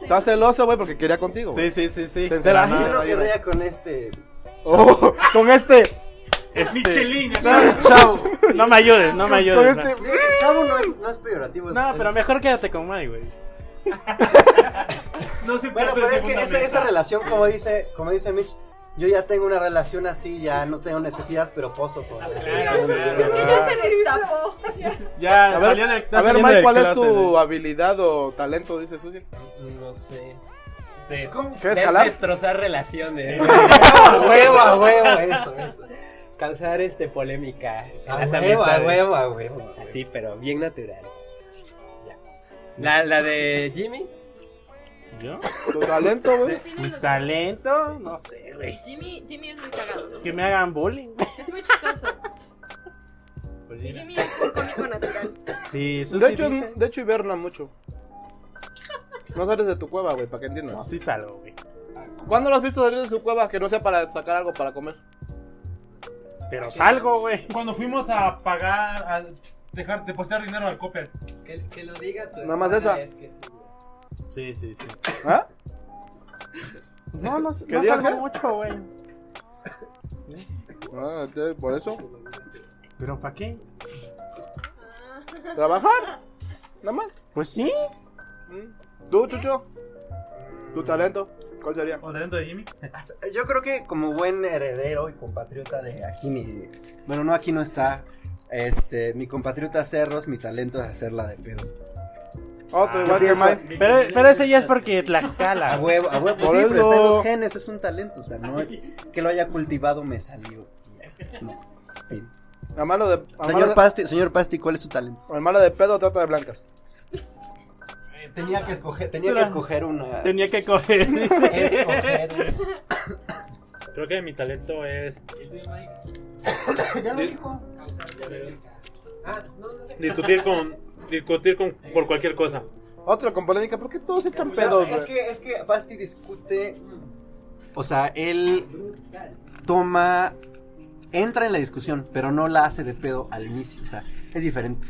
Estás celoso, güey, porque quería contigo. Sí, sí, sí, sí. Sincera. Pero Yo no. no querría con este. Oh, con este. Este- Michelin, No, acá. chao. No me ayudes, no me Con- ayudes. con no. este. Digo, Chavo no es, no es peyorativo. es- No, pero es- mejor quédate con Mai, güey. No se Bueno, puede pero es que esa, fundamentar. esa relación, como dice, como dice Mitch, yo ya tengo una relación así, ya no tengo necesidad, pero poso con Ya se destapó. Ya, A ver, salió del- está a ver, saliendo Mike, del ¿cuál es closet, eh. tu güey. habilidad o talento? Dice Susi. No sé. Este, ¿Cómo? ¿Quieres de- jalar? Destrozar relaciones. A huevo, a huevo, eso, eso. causar este polémica. en A las huevo, a amistades. huevo, a huevo, a huevo. Así, pero bien natural. Ya. La, la de Jimmy. ¿Yo? Tu talento, güey. Mi talento, no sé, güey. Jimmy, Jimmy es muy cagado. Que me hagan bullying. Es muy chistoso. Pues Sí, Jimmy es un cómico natural. Sí, eso de, sí hecho, es- dicen. de hecho, hiberna mucho. No sales de tu cueva, güey, para que entiendas. No, sí salgo, güey. ¿Cuándo lo has visto salir de su cueva que no sea para sacar algo para comer? Pero salgo, güey. Cuando fuimos a pagar, a dejar, depositar dinero al Copper. Que, lo diga tu Nada más esposa esa. es Sí, sí, sí. ¿Ah? No, no, no ¿Qué día, salgo qué? mucho, güey. Ah, entonces, ¿Por eso? ¿Pero para qué? ¿Trabajar? ¿Nada más? Pues sí. ¿Tú, Chucho? ¿Tu talento? ¿Cuál sería? ¿O talento de Jimmy? Yo creo que como buen heredero y compatriota de aquí, mi... Bueno, no, aquí no está. Este, mi compatriota Cerros, mi talento es hacerla de pedo. Otro, Ah, Yo igual que pienso- Ah, Mike. Pero, pero ese ya es porque Tlaxcala. A huevo, a huevo. Por sí, pero eso. está en los genes, es un talento. O sea, no es que lo haya cultivado, me salió. No. Fin. A mano de. a mano Señor de- Pasti, señor Pasti, ¿cuál es su talento? El malo de pedo trata de blancas. Eh, Tenía que escoger, tenía que Pero- escoger una. Tenía que coger. dice. Escoger. Creo que mi talento es Ya lo Sí. dijo. discutir con discutir con por cualquier cosa. Otro con polémica, ¿por qué todos se echan No, pedos, es güey? que, es que Basti discute. mm. O sea, él toma. Entra en la discusión, pero no la hace de pedo al inicio. O sea, es diferente.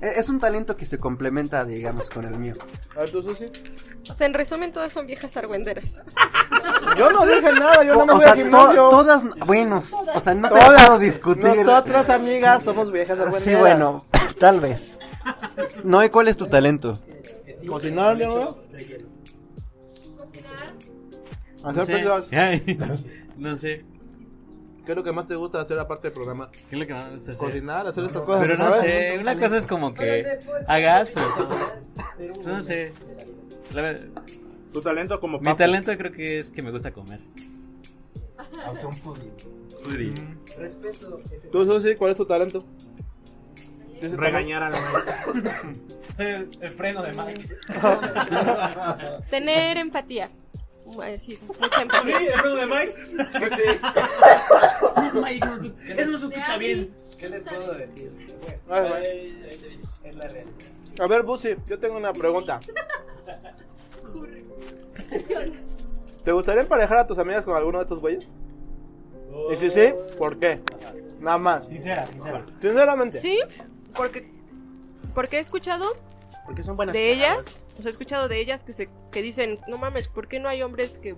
E- Es un talento que se complementa, digamos, con el mío. A ver, tú, Susi. O sea, en resumen, todas son viejas argüenderas. Yo no dije nada, yo no me o voy sea, al gimnasio. to- todas, bueno, o sea, no te Todas. puedo discutir. Nosotras, amigas, somos viejas de Sí, bueno, tal vez. Noé, ¿cuál es tu talento? Cocinar, ¿no? No Hacer sé. pendejadas. Ay, no sé. ¿Qué es lo que más te gusta hacer aparte del programa? ¿Qué es lo que más me gusta hacer? Cocinar, hacer estas cosas. Pero no ¿sabes? sé, una cosa es como que hagas, pero no, no sé. La ver- Tu talento como Mi papu. talento creo que es que me gusta comer. Respeto. Tú, Susi, ¿cuál es tu talento? Regañar al El, el freno de Mike. Tener empatía. Eh, Sí, mucha Sí, empatía. el freno de Mike. Eso no se escucha bien. ¿Qué les puedo decir? Ay, Bueno, güey. ahí- ahí- es la realidad. A ver, Busi, yo tengo una pregunta. ¿Te gustaría emparejar a tus amigas con alguno de estos güeyes? Y si sí, ¿por qué? Nada más. Sincera, sincera. Sinceramente. Sí, porque, porque he escuchado Porque son buenas. de ellas, o sea, he escuchado de ellas que se que dicen, no mames, ¿por qué no hay hombres que...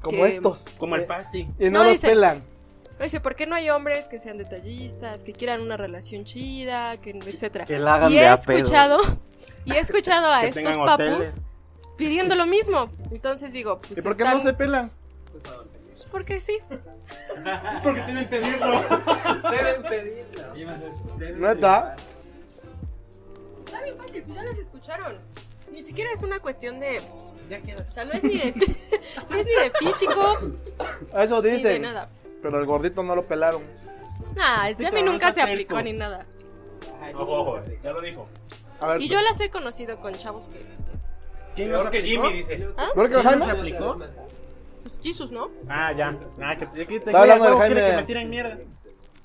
Como que- estos. Como el pasti. Y no, los dice- pelan. no, Dice, ¿por qué no hay hombres que sean detallistas, que quieran una relación chida, que etcétera? Que la hagan y de he a pedo. escuchado, y he escuchado a Que estos tengan papus hoteles. pidiendo lo mismo. Entonces digo, pues ¿Y por qué no se pelan? Porque sí. Porque tienen pedirlo. Deben pedirlo. Deben Neta. Está bien fácil, pues ya las escucharon. Ni siquiera es una cuestión de. Ya queda. O sea, no es ni de, no es ni de físico. Eso Ni de dicen. nada. Pero el gordito no lo pelaron. Nah, ya a mí cabrón nunca se está terco. aplicó ni nada. Ojo, ojo, ya lo dijo. A ver, pues, Y tú. yo las he conocido con chavos que. ¿Quién Peor nos que aplicó? Jimmy, dice. ¿Ah? ¿Peor que el ¿Quién Jaime? nos aplicó? Pues Jesus, ¿no? Ah, ya. Ah, que te, que te Está hablando del ¿cómo quiere Jaime. que me tiren mierda.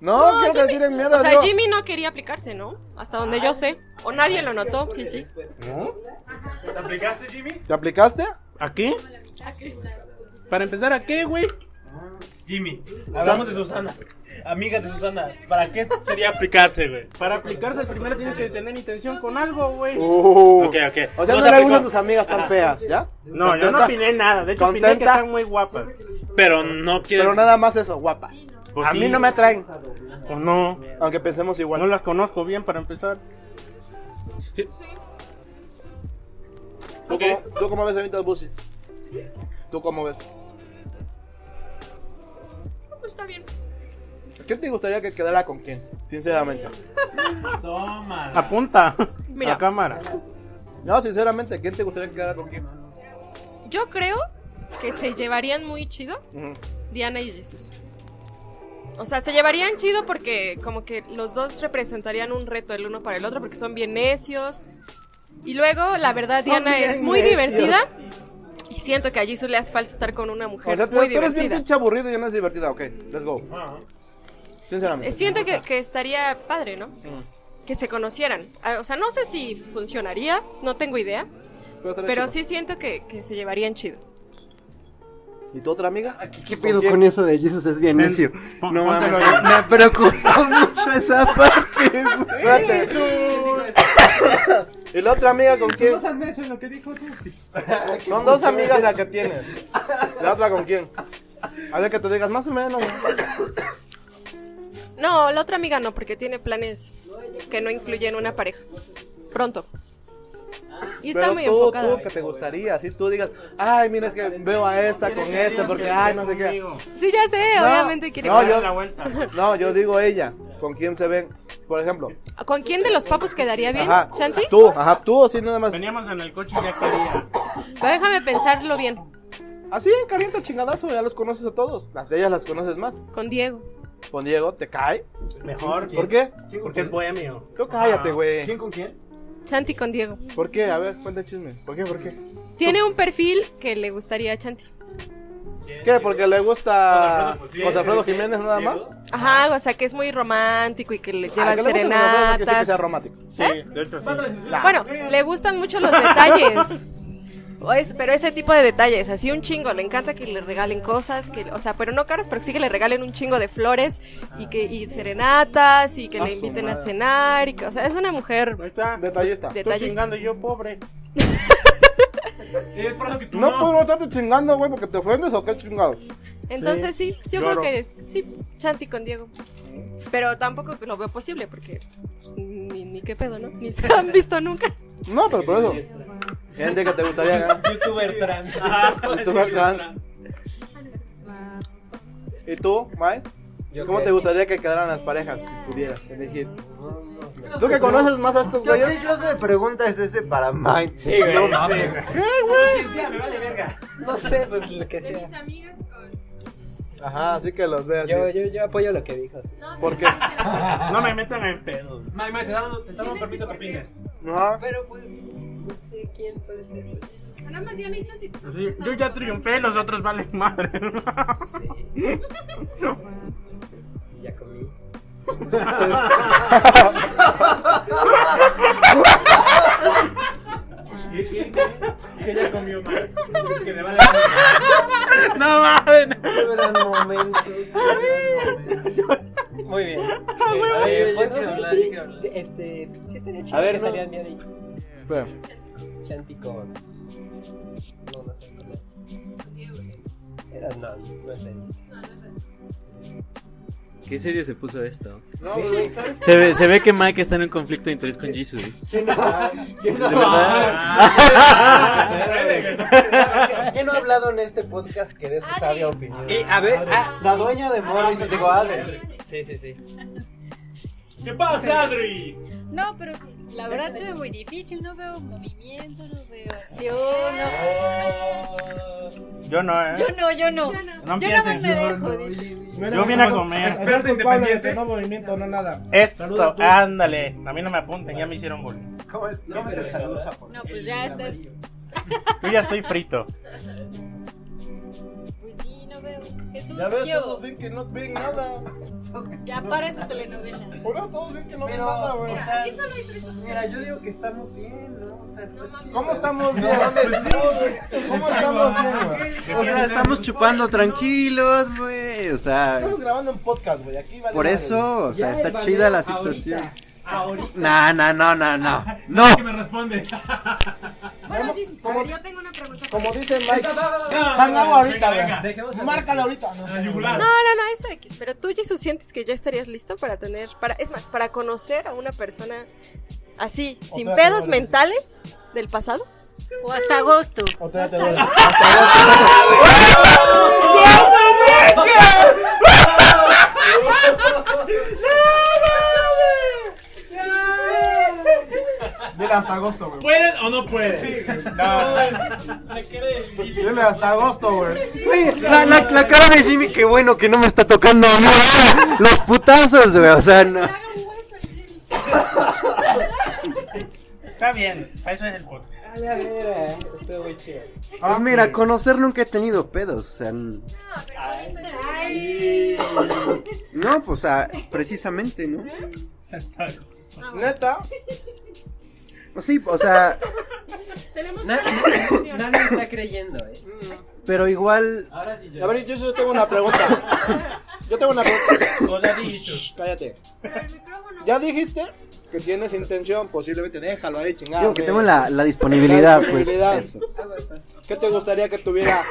No, No, quiero que le Jimmy- tiren mierda. O sea, yo. Jimmy no quería aplicarse, ¿no? Hasta donde yo sé. O nadie lo notó, sí, sí. ¿Te aplicaste, Jimmy? ¿Te aplicaste? ¿A qué? Ah, Para empezar, ¿a qué, güey? Jimmy, hablamos de Susana. Amiga de Susana. ¿Para qué sería aplicarse, güey? Para aplicarse primero tienes que tener intención con algo, güey. Uh. Ok, ok. O sea, no, se le aplicó, gustan tus amigas tan feas, ¿ya? No, yo no Contenta. opiné nada. De hecho, opiné que Contenta. están muy guapas. Pero no quiero Pero nada más eso, guapa. Pues a sí. mí no me atraen, O no. aunque pensemos igual. No las conozco bien para empezar. ¿Tú, cómo, tú cómo ves ahorita el Busi? ¿Tú cómo ves? No, pues está bien. ¿Quién te gustaría que quedara con quién? Sinceramente. Toma. Apunta Mira. a cámara. No, sinceramente, ¿quién te gustaría que quedara con quién? Yo creo que se llevarían muy chido Ujú. Diana y Jesus. O sea, se llevarían chido porque como que los dos representarían un reto el uno para el otro porque son bien necios. Y luego, la verdad, Diana bien es muy necios. divertida. Y siento que a Jisoo le hace falta estar con una mujer O sea, tú, muy tú eres bien divertida. pinche aburrido y ya no es divertida. Ok, let's go. Ah. Sinceramente. Eh, Siento que, que estaría padre, ¿no? Que se conocieran. Ah, O sea, no sé si funcionaría, no tengo idea. estaría Pero chido. sí siento que, que se llevarían chido. ¿Y tu otra amiga? ¿Qué pedo con eso de Jesus es bien necio? No mames, póntelo ahí. me ha preocupado mucho esa parte, Espérate. ¿Y la otra amiga con quién? Dos andes en lo que dijo tú. Son dos amigas las que tienes. ¿La otra con quién? A ver que te digas más o menos. No, la otra amiga no, porque tiene planes que no incluyen una pareja. Pronto. Y está Pero muy tú, enfocada. tú que te gustaría, así tú digas, ay, mira, es que veo a esta con este, porque, ay, no sé qué. Sí, ya sé, No, obviamente quiere no, yo, la vuelta. no, yo digo ella, con quién se ven, por ejemplo. ¿Con quién de los papos quedaría bien, Ajá, Chanti? tú, ajá, tú, así nada más. Veníamos en el coche y ya quería. Pero déjame pensarlo bien. Así, calienta chingadazo, ya los conoces a todos. Las de ellas las conoces más. Con Diego. Con Diego, ¿te cae? Mejor. ¿Por qué? Porque es bohemio. Tú cállate, güey. ¿Quién con Ah, quién? Chanti con Diego. ¿Por qué? A ver, cuenta el chisme. ¿Por qué? ¿Por qué? Tiene un perfil que le gustaría a Chanti. ¿Qué? ¿Porque le gusta sí, José Alfredo sí, Jiménez nada más? Ajá, o sea, que es muy romántico y que le llevan Ah, que le gusta José Alfredo, que sí que serenatas. sea romántico. Sí, de hecho sí. bueno, le gustan mucho los detalles. O es- pero ese tipo de detalles, así un chingo, le encanta que le regalen cosas, que, o sea, pero no caras, pero sí que le regalen un chingo de flores y que y serenatas y que Ah, le su inviten a madre. cenar, y que- o sea, es una mujer Detallista. Detallista. chingando yo, pobre. Es por eso que tú No puedo estarte chingando, güey, porque te ofendes o qué chingados. Entonces sí, yo Claro. creo que sí, Chanti con Diego. Pero tampoco lo veo posible porque mm, ni, ni qué pedo, ¿no? Ni se han visto nunca. No, pero por eso. Gente que te gustaría ganar. Youtuber trans. Youtuber trans. ¿Y tú, Mae? ¿Cómo qué? te gustaría que quedaran las parejas si pudieras elegir? ¿Tú que conoces más a estos ¿Qué- güeyes? ¿Qué clase de pregunta es ese para Mike? Sí, güey, No no, mames. güey. ¿Qué, güey? me vale verga. No sé, pues lo que sea. Ajá, así que los veas. Yo, yo, yo apoyo lo que dijo. sí. ¿Por qué? No me metan en pedo. May, May, te damos te damos un permiso que opines. No. ah, Pero pues, no sé quién puede ser. pues. Sí, Yo ya triunfé, los otros valen madre. Ya comí. Que ya comió mal. Que le vale No mames. Muy bien. huevo. a ver, Sí, ponte a sí, hablar, sí. creo. Este, sí estaría chido A ver, que no. salían bien ahí. Espera. Chanti con. No, no sé. con él. Era, no, no es Dennis. ¿Qué serio se puso esto? No, güey, ¿sabes? se, ve, se ve que Mike está en un conflicto de interés con Jesus. ¿Quién no? ¿Quién no? ¿De verdad? ¿Quién no ha hablado en este podcast que de su sabia opinión? Eh, a ver, ah, La dueña de Morris, digo, Ale. Sí, sí, sí. ¿Qué pasa, Adri? No, pero la verdad se ve muy difícil. No veo movimiento, no veo acción. no- Yo no, eh. Yo no, yo no. No yo nada empieces. más me dejo. dice. Yo vine a comer. Experto independiente. No movimiento, no nada. Saluda Eso, tú. ándale. A mí no me apunten, ya me hicieron bullying. ¿Cómo es, cómo es el saludo japonés? No, pues ya estás. Yo ya estoy frito. Pues sí, no veo. Jesús, Ya ves, ¿qué hubo? todos ven que no ven nada. Ya para esta telenovela. Ahora todos ven que no ven Pero, nada, güey. o sea, Aquí solo hay tres opciones. mira, yo digo que estamos bien, ¿no? O sea, está chido. ¿Cómo estamos No, bien? mames, ¿Cómo estamos bien, güey? O sea, estamos chupando tranquilos, güey. O sea, Estamos grabando un podcast, güey. Aquí vale por madre, eso, güey. o sea, Ya está el chida la valor situación. Ahorita. No, no, no, no, no. Que me responde. Bueno, dices, a ver, yo tengo una pregunta. Como dice Mike, no, hangamos ahorita, venga, venga. güey. Márcale ahorita. No, sé, güey. No, no, no, eso X. Pero tú, Jesús, sientes que ya estarías listo para tener, para, es más, para conocer a una persona así, sin Otra pedos vez. mentales del pasado. O hasta agosto. O todavía te duele. Mira, hasta agosto, güey. ¿Pueden o no pueden? No. Dile hasta agosto, güey. Güey, la, la, la cara de Jimmy, qué bueno que no me está tocando a mí. Los putazos, güey. O sea, no. Está bien, para eso es el podcast. A la vera, estuvo muy chido. Pues mira, conocer nunca he tenido pedos. O sea, n- Ay. no, pues, o sea, precisamente, ¿no? ¿Neta? Sí, o sea, Tenemos Na- na- Nadie está creyendo, eh. pero igual. A ver, yo solo tengo una pregunta. Yo tengo una pregunta. Shh, Cállate. Ya dijiste que tienes intención, posiblemente déjalo ahí, chingado. Digo que güey. tengo la, la disponibilidad, La pues. disponibilidad. eso. ¿Qué te gustaría que tuviera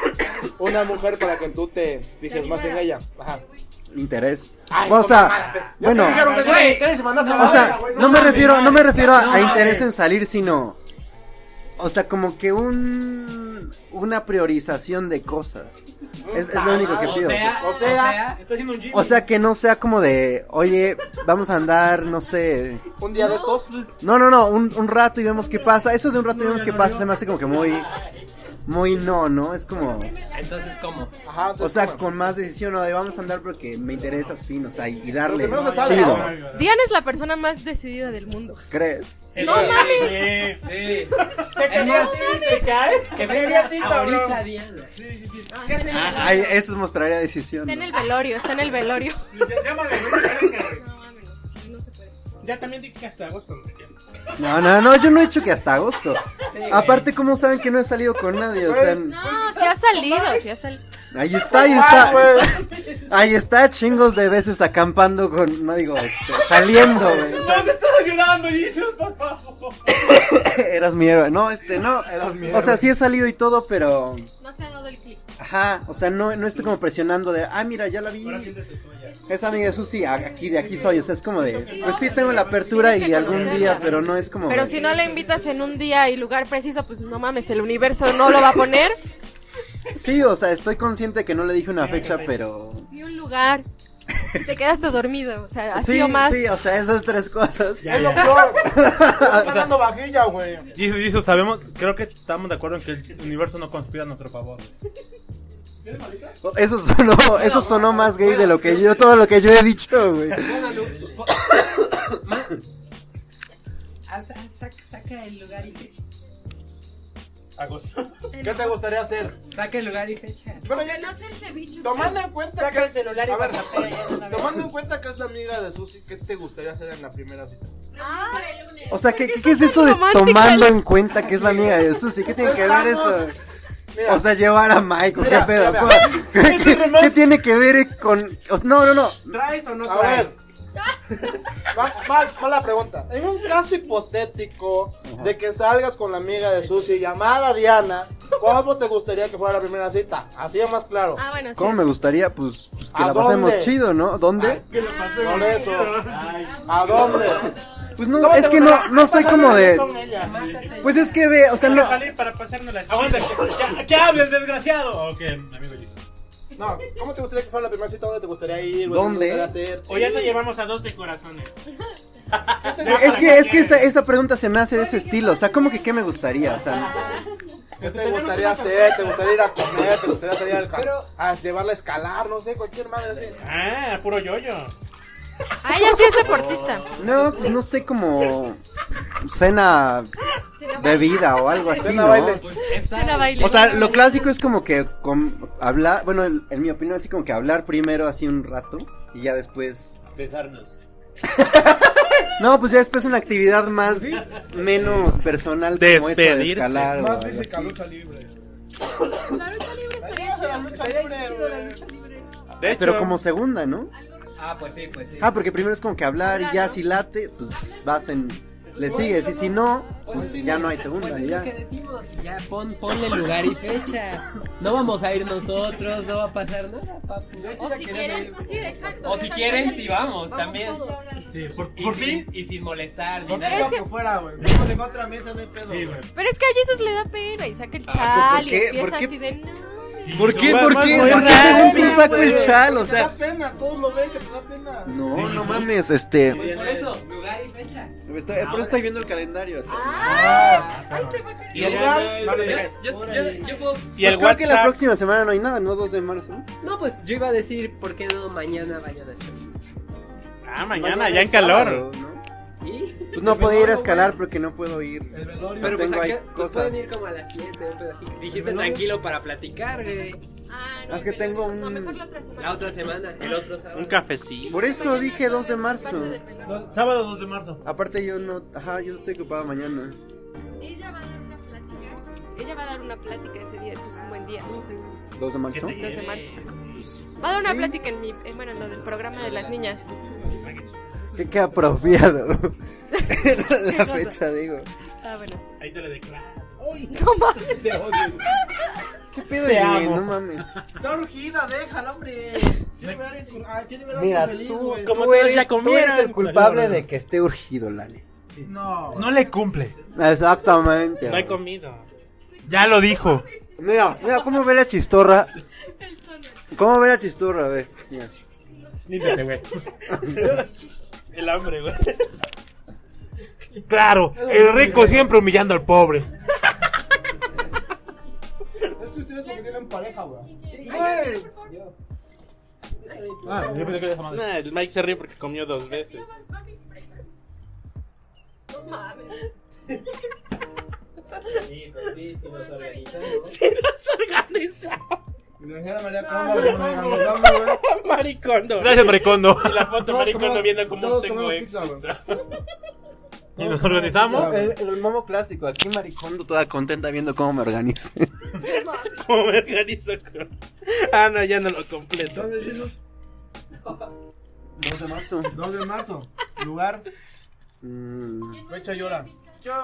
una mujer para que tú te fijes más en ella? Ajá. Interés. Ay, o comadre. sea, Ya bueno. te dijeron que Güey, te- que eres y mandaste a la O sea, verga, güey, no me mames. refiero, no me refiero No a, a mames. interés en salir, sino. O sea, como que un. Una priorización de cosas. Es, es lo único que O pido. sea, O sea, está haciendo un Jimmy. O sea, que no sea como de, oye, vamos a andar, no sé. un día de estos. No, no, no, un, un rato y vemos qué pasa. Eso de un rato y vemos qué pasa se me hace como que muy. Muy no, ¿no? Es como. Entonces, ¿cómo? Ajá, O sea, con más decisión, o de vamos a andar porque me interesas fin, o sea, y darle. Pero primero se sabe, Chido. ¿no? Diana es la persona más decidida del mundo. ¿Crees? No mames. Sí. Te quería- se cae. Que venga venga ahorita, Diana. Ah, está en el- Ah, ay, eso es mostraría decisión. Está en el velorio, está en el velorio. Ya también dije que hasta agosto. güey. No, no, no, yo no he hecho que hasta agosto. Aparte, ¿cómo saben que no he salido con nadie? O sea, Ah, No, se ha salido, se ha salido. ahí está, ahí Ay, está. güey. Ahí está, chingos de veces acampando con. No digo, este, saliendo, güey. No, te estás ayudando, Jesus, por favor. Eras mi héroe. No, este, no. Eras mi O sea, héroe. sí he salido y todo, pero. No se ha dado el clic. Ajá, o sea, no, no estoy como presionando de, ah, mira, ya la vi. Es amiga de Susi, a- aquí, de aquí soy. O sea, es como de, pues sí, tengo la apertura y algún día, pero no es como. Pero si no la invitas en un día y lugar preciso, pues no mames, el universo no lo va a poner. Sí, o sea, estoy consciente que no le dije una fecha, pero. Ni un lugar. Te quedaste dormido, o sea, ha Sí, sido más. sí, o sea, esas tres cosas. Es lo peor. Está dando vajilla, güey. Jesus, Jesus, sabemos, creo que estamos de acuerdo en que el universo no conspira a nuestro favor. Eso sonó, eso sonó más gay de lo que yo, todo lo que yo he dicho, güey. Ah, sa- saca, saca el lugar y fecha. Agosto. ¿Qué te gustaría hacer? Saca el lugar y fecha. Bueno, ya no el ceviche. Tomando en cuenta que el celular y a ver, WhatsApp ya de una vez. tomando en cuenta que es la amiga de Susi, ¿qué te gustaría hacer en la primera cita? Ah, para el lunes. O sea, ¿qué, qué- qué es eso de romántica. tomando en cuenta que es la amiga de Susi? ¿Qué tiene que ver eso? Mira. o sea, llevar a Mike, ¿o ¿qué Mira, pedo? mira. ¿Cómo- ¿Qué, qué- qué tiene que ver con.? o- no, no, no. Pues ¿Traes o no A ver. Va- va- mala pregunta. En un caso hipotético de que salgas con la amiga de Susi llamada Diana, ¿cómo te gustaría que fuera la primera cita? Así es más claro. Ah, bueno, sí. ¿Cómo me gustaría? Pues, pues que ¿A la pasemos dónde? chido, ¿no? ¿Dónde? Por eso. ¿A dónde? Pues no, Ah. ¿Cómo es te que no, gustaría no soy pasar como la eh. de. vida con ella? Pues es que ve, o sea, no. Para salir, para pasárnosla. Aguanta, que- que, que hables, desgraciado. Ok, amigo Jesus. No, ¿cómo te gustaría que fuera la primera cita? ¿Dónde te gustaría ir? güey? ¿Dónde? ¿Qué te gustaría hacer? O ya Sí. te llevamos a dos de corazones. Es que, es que esa, esa pregunta se me hace de ese estilo. O sea, ¿cómo que qué me gustaría? O sea, ¿Qué te gustaría hacer? ¿Te gustaría ir a comer? ¿Te gustaría salir al ca- a llevarla a escalar? No sé, cualquier madre así. Ah, puro yoyo. Ah, ella sí es deportista. no, pues no sé como. Cena bebida o algo así, Cena, ¿no? baile. Pues, Cena, baile. O sea, lo clásico es como que com- hablar, bueno, en, en mi opinión así como que hablar primero así un rato y ya después, Besarnos. no, pues ya después una actividad más menos personal como esa de Despedirse. escalar. o Más algo física, así. La lucha libre estaría Vamos a la chida. lucha libre, güey. Ah, De Pero hecho. como segunda, ¿no? Ah, pues sí, pues sí. Ah, porque primero es como que hablar y ya si late, pues vas en le sigues y si no, pues ya no hay segunda Pues y es ya. lo que decimos, ya pon, ponle lugar y fecha. No vamos a ir nosotros, no va a pasar nada, papu. O si quieren, sí, exacto. O si exacto. quieren, sí vamos, también. todos. y, sin, y sin molestar. ni Pero nada. es que, Fuera, güey. Vamos en otra mesa, no hay pedo. güey. pero es que a Jesús le da pena y saca el Ah, chal ¿por y qué? empieza ¿Por qué? así de no. ¿Por qué? Más- ¿Por más ¿eh? qué? moderno. ¿Por qué según tú Pena, saco el güey, chal? que O sea, Te da pena, todos lo ven que te da pena. no, no mames, este. Pues Por eso, lugar y fecha. Estoy- por eso estoy viendo el calendario. o sea. Ah. Y el lugar- Yo, yo, yo, yo puedo. Pues creo que la próxima semana no hay nada, ¿no? 2 de marzo. No, pues yo iba a decir, ¿por qué no mañana vayan al show? Ah, mañana, Mañana ya en es calor. sábado, Pues no podía ir a escalar porque no puedo ir. Pero pues, tengo ¿a ahí qué- pues cosas. Pues pueden ir como a las 7, un pedacito. Dijiste velorio. tranquilo para platicar, güey. Ah, no, Es que pero- tengo un- no, mejor la otra semana. La otra semana, el otro sábado. Un cafecito. Por eso dije 2 de marzo. Sábado 2 de marzo. Aparte yo no, ajá, yo estoy ocupado mañana. Ella va a dar una plática. Ella va a dar una plática ese día. Eso es un buen día. 2 de marzo. 2 de marzo. Va a dar una plática en mi. en, bueno, en lo del programa de las niñas. Qué, qué apropiado. Era ¿Qué la cosa? fecha, digo. Ah, bueno. Ahí te le declaras. ¡Uy! ¡No mames! ¿Qué pedo, Te güey? amo. No mames. Está urgida, déjala, hombre. Quiere ver a tu- ah, quiere ver a tu Mira, feliz, tú, güey. tú, eres, tú eres el culpable de que esté urgido, Lali. No. No le cumple. Exactamente. No he comido. Ya lo dijo. Mira, mira cómo ve la chistorra. ¿Cómo ve la chistorra? A ver. mira. Límpiate, güey. El hambre, güey. Claro, el rico siempre humillando al pobre. Es que ustedes porque tienen pareja, güey. Ah, yo pensé que era esa madre. Nah, el Mike se ríe porque comió dos veces. No mames. Sí, pues sí, si nos organizamos. Si nos organizamos. Maricondo. Gracias, Maricondo. Y la foto de Todos Maricondo comemos- viendo cómo todos tengo comemos éxito. pizza, Y nos organizamos. El, el momo clásico, aquí maricondo toda contenta viendo cómo me organizo. ¿Cómo me organizo con- Ah, no, ya no lo completo. Entonces, Jesús, 2 de marzo. 2 de marzo. Lugar, Mm, fecha y hora. Ciudad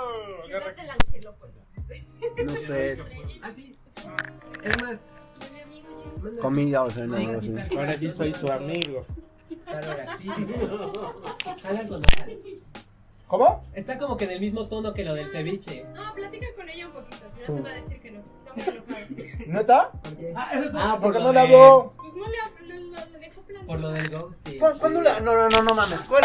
del Angelópolis. no sé, Así. Es más, comida o sea, no, no sé. Ahora sí soy su amigo. Jala sonar. ¿Cómo? Está como que en el mismo tono que lo del ceviche. No, platica con ella un poquito. Si no, te va a decir que no. Está muy enojada. ¿Neta? Ah, ¿Por por qué lo no le de- habló? Pues no le, lo, lo, lo dejó planteado. Por lo del ghosting. ¿Cu- ¿Cuándo la.? No, no, no, no mames. ¿Cuál?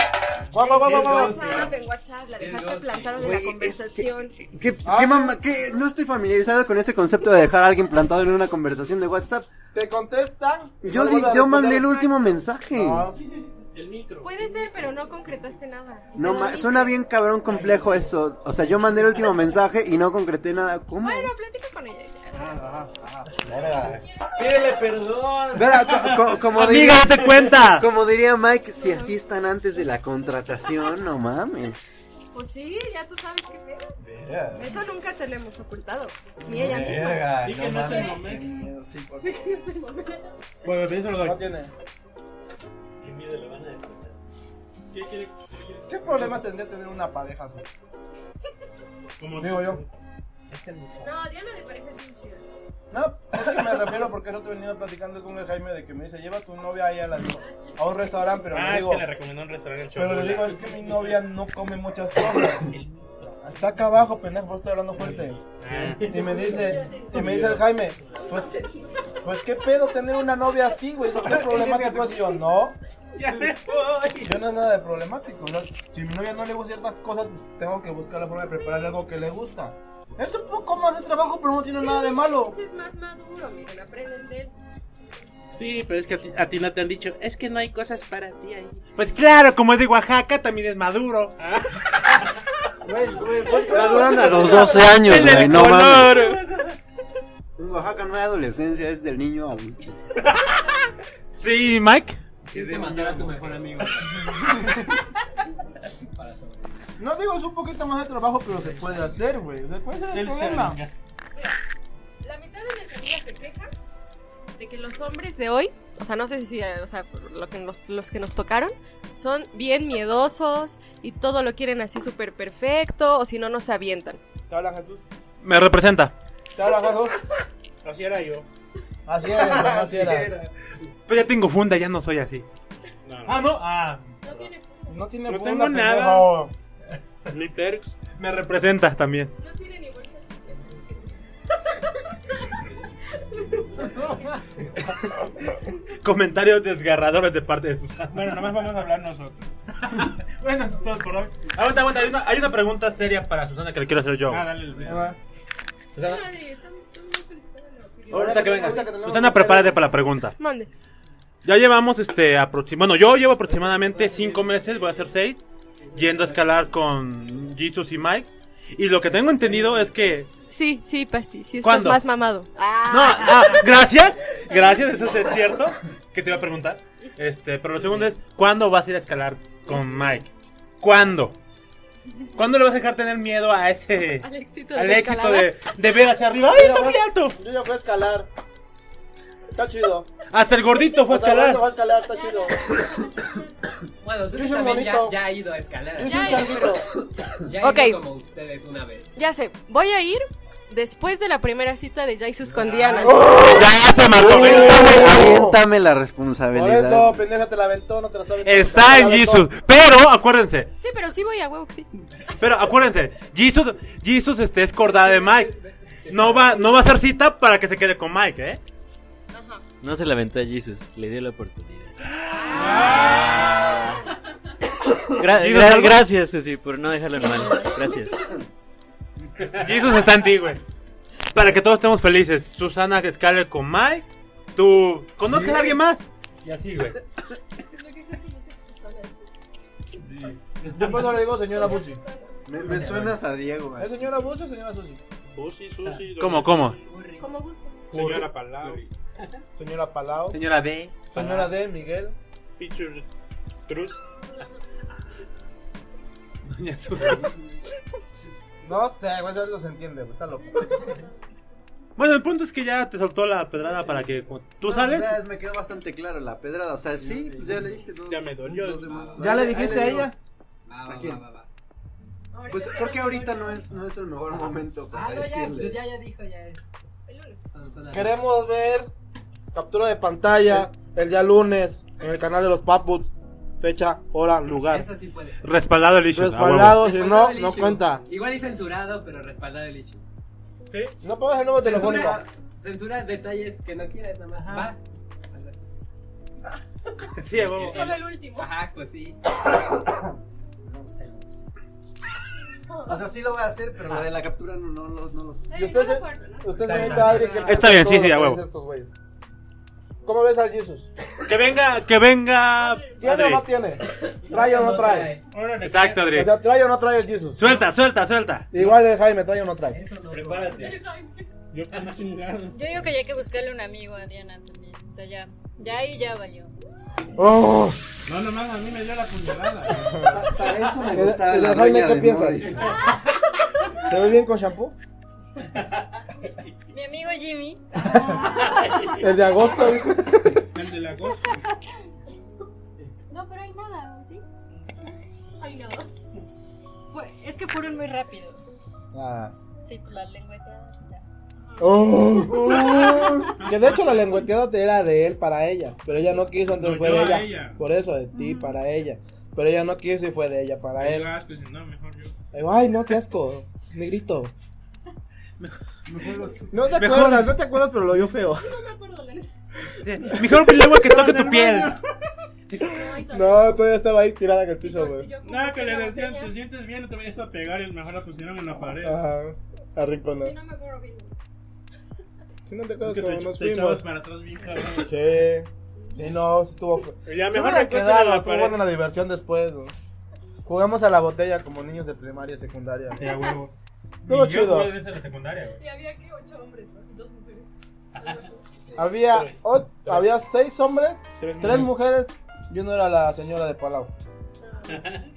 Guau, guau, guau, guau, guau. WhatsApp, en WhatsApp, la dejaste plantada de Güey, la es que- conversación. ¿Qué, qué mamá? qué? No estoy familiarizado con ese concepto de dejar a alguien plantado en una conversación de WhatsApp. ¿Te contestan? Yo, di- yo mandé el último mensaje. Ah, Puede ser, pero no concretaste nada. No, ma- suena bien cabrón complejo eso. O sea, yo mandé el último mensaje y no concreté nada. ¿Cómo? Bueno, platica con ella. ya. Verga. Pídele perdón. Verga, co- co- como Amiga, date cuenta. Como diría Mike, si así están antes de la contratación, no mames. Pues sí, ya tú sabes qué pedo. Verga. Eso nunca te lo hemos ocultado. Ni ella misma. no mames. Bueno, te lo doy. No tiene. Qué miedo le van a despertar. ¿Qué quiere? ¿Qué problema tendría tener una pareja así? Como Digo yo. No, Diana de pareja es bien chida. No, es que me refiero porque no te he venido platicando con el Jaime de que me dice, lleva a tu novia ahí a, la- a un restaurante, pero ah, le es digo, que le recomendó un restaurante en pero le Cholula. digo, es que mi novia no come muchas cosas. Está acá abajo, pendejo, por eso estoy hablando fuerte. Ah. Y me dice, y me dice el Jaime, pues, pues qué pedo tener una novia así, güey, eso qué es problemático es. Y yo, no, Ya me voy. yo no es nada de problemático. o sea, si a mi novia no le gustan ciertas cosas, tengo que buscar la forma de prepararle algo que le gusta. Es un poco más de trabajo, pero no tiene nada de malo. Es más maduro, miren, aprenden de él. Sí, pero es que a ti, a ti no te han dicho, es que no hay cosas para ti ahí. Pues claro, como es de Oaxaca, también es maduro. Maduran a los 12 años, Dele güey, no color. mames. En Oaxaca no hay adolescencia, es del niño adulto. Sí, Mike. Tienes que matar a tu mejor amigo. Para sobrevivir. No digo, es un poquito más de trabajo, pero se puede hacer, güey. O sea, ¿Cuál es el Él se problema? venga. La mitad de mis amigas se quejan de que los hombres de hoy, o sea, no sé si, eh, o sea, por lo que nos- los que nos tocaron, son bien miedosos y todo lo quieren así súper perfecto, o si no, no se avientan. ¿Te habla Jesús? Me representa. ¿Te habla Jesús? Así era yo. Así era, güey, así era. Pues ya tengo funda, ya no soy así. No, no. Ah, no. Ah, No tiene No funda, tengo nada. pendejo. Ni perks. Me representas también. No tiene ni bolsas. Comentarios desgarradores de parte de Susana. Bueno, nomás vamos a hablar nosotros. bueno, eso es todo por hoy. Aguanta, aguanta. Hay una, hay una pregunta seria para Susana que le quiero hacer yo. Ah, dale el Susana, Madre, estamos ahorita que venga. Ahorita que tenemos Susana, prepárate para la pregunta. Mande. Ya llevamos este aproxim- bueno, yo llevo aproximadamente 5 meses, voy a hacer 6, yendo a escalar con Jesus y Mike. Y lo que tengo entendido es que. Sí, sí, Pasti, sí estás ¿Cuándo? más mamado. Ah, No, ah, gracias, gracias, eso sí es cierto. Que te iba a preguntar. Este, pero lo segundo es, ¿cuándo vas a ir a escalar con Mike? ¿Cuándo? ¿Cuándo le vas a dejar tener miedo a ese. Al éxito al éxito de, de ver hacia arriba? ¡Ay, está muy alto! Yo ya fui a escalar. Está chido. Hasta el gordito fue a Hasta el gordo escalar. Fue a escalar, está chido. Bueno, usted Yo soy también ya, bonito. ya ha ido a escalar. Yo soy ya un ha changuito. ido- ya ha Ok. ido como ustedes una vez. Ya sé, voy a ir después de la primera cita de Jesus con Diana. Oh. Aviéntame la Por responsabilidad. eso, pendeja, te la aventó, no te la está aventando. Está en Jesus. Pero acuérdense, Sí, pero sí voy a huevo, que sí. pero acuérdense, Jesus, Jesus este, es cordada de Mike. No va, no va a hacer cita para que se quede con Mike, ¿eh? No se la aventó a Jesus, le dio la oportunidad. Gra- Jesus, gra- ¿algo? gracias, Susi, por no dejarlo en mal. Gracias. Jesus está en ti, güey. Para que todos estemos felices. Susana que escale con Mike. Tú conozcas a alguien más. Y así, güey. Después no le digo señora Busi. Me, me suenas a Diego, güey. ¿Es señora Busi o señora Susi? Busi, Ah. Susi. ¿Cómo, cómo? Como gusto. Señora Palau. Señora Palau. Señora D. Señora D, Miguel. Feature Trus. Doña Susana. No sé, güey, eso no se entiende, güey, está loco. Bueno, el punto es que ya te soltó la pedrada para que cu- tú No, sales. o sea, me quedó bastante claro la pedrada. O sea, sí, pues ya le dije. Dos, ya me dolió. ¿Ya le dijiste a ella? ¿A quién? Pues creo que ahorita no es, no es el mejor momento para Ah, no, ya, decirle. pues ya, ya dijo, ya es. Son- son las- Queremos ver captura de pantalla el día lunes en el canal de los Paputs. Fecha, hora, lugar. Eso sí puede. ser. Respaldado el issue. Respaldado, si Respaldado no, el no issue. cuenta. Igual y censurado, pero respaldado el issue. No pongas el número telefónico. Censura, censura detalles que no quieras, nada más. Va. Algo así. Sí, a Ah, huevo. Solo el último. Ajá, pues sí. No sé. no sé. O sea, sí lo voy a hacer, pero la de la captura no, no, los- no los. Y usted, se- usted Está señorita Adri, bien. que Está bien, sí, sí, todo lo a que huevo. dice estos güeyes. ¿Cómo ves al Jesus? Que venga, que venga. ¿Tiene o Adri. no tiene? ¿Trae o no trae? Exacto, Adri. O sea, ¿trae o no trae el Jesus? Suelta, suelta, suelta. Igual el Jaime, ¿trae o no trae? Prepárate. Yo chingado. Yo digo que ya hay que buscarle un amigo a Diana también. O sea, ya. Ya ahí ya valió. Oh. No, nomás a mí me dio la puñalada. Para eso me El- gustaba el la Eh, Jaime, doña ¿qué de piensas? Morris. ¿Se ve bien con shampoo? Mi amigo Jimmy. El de agosto. dijo. El de la costa. No, pero hay nada, ¿sí? Hay nada. Fue, es que fueron muy rápido. Ah. Sí, la lengüeta. Oh. que de hecho la lengüeteada era de él para ella, pero ella no quiso, entonces No, fue yo de ella. a ella. Por eso, de ti para ella. Pero ella no quiso y fue de ella para El él. asco, si Ah, pues, no, mejor yo. Digo, Ay, no, qué asco, negrito. No te Mejor- acuerdas, no te acuerdas, pero lo vio feo. Mejor lengua que toque tu piel. No, todavía estaba ahí tirada en el piso, güey. No, que le decían, te sientes bien, no te vayas a pegar y mejor la pusieron Ah, en la pared. Ajá, arrinconada. No me acuerdo bien. Si no te Es acuerdas que como te, nos te echabas fuimos. para atrás bien cabrón. Che. Sí, no, sí estuvo feo. Ya, Sí me mejor la recuérdale quedaron, la estuvo pared. buena la diversión después, güey. Jugamos a la botella como niños de primaria y secundaria. Sí, a huevo. Estuvo Ni yo chido. pude desde la secundaria, güey. Y había que ocho hombres, ¿no? dos mujeres. Había, o- había seis hombres, tres, mujeres. mujeres y uno era la señora de Palau.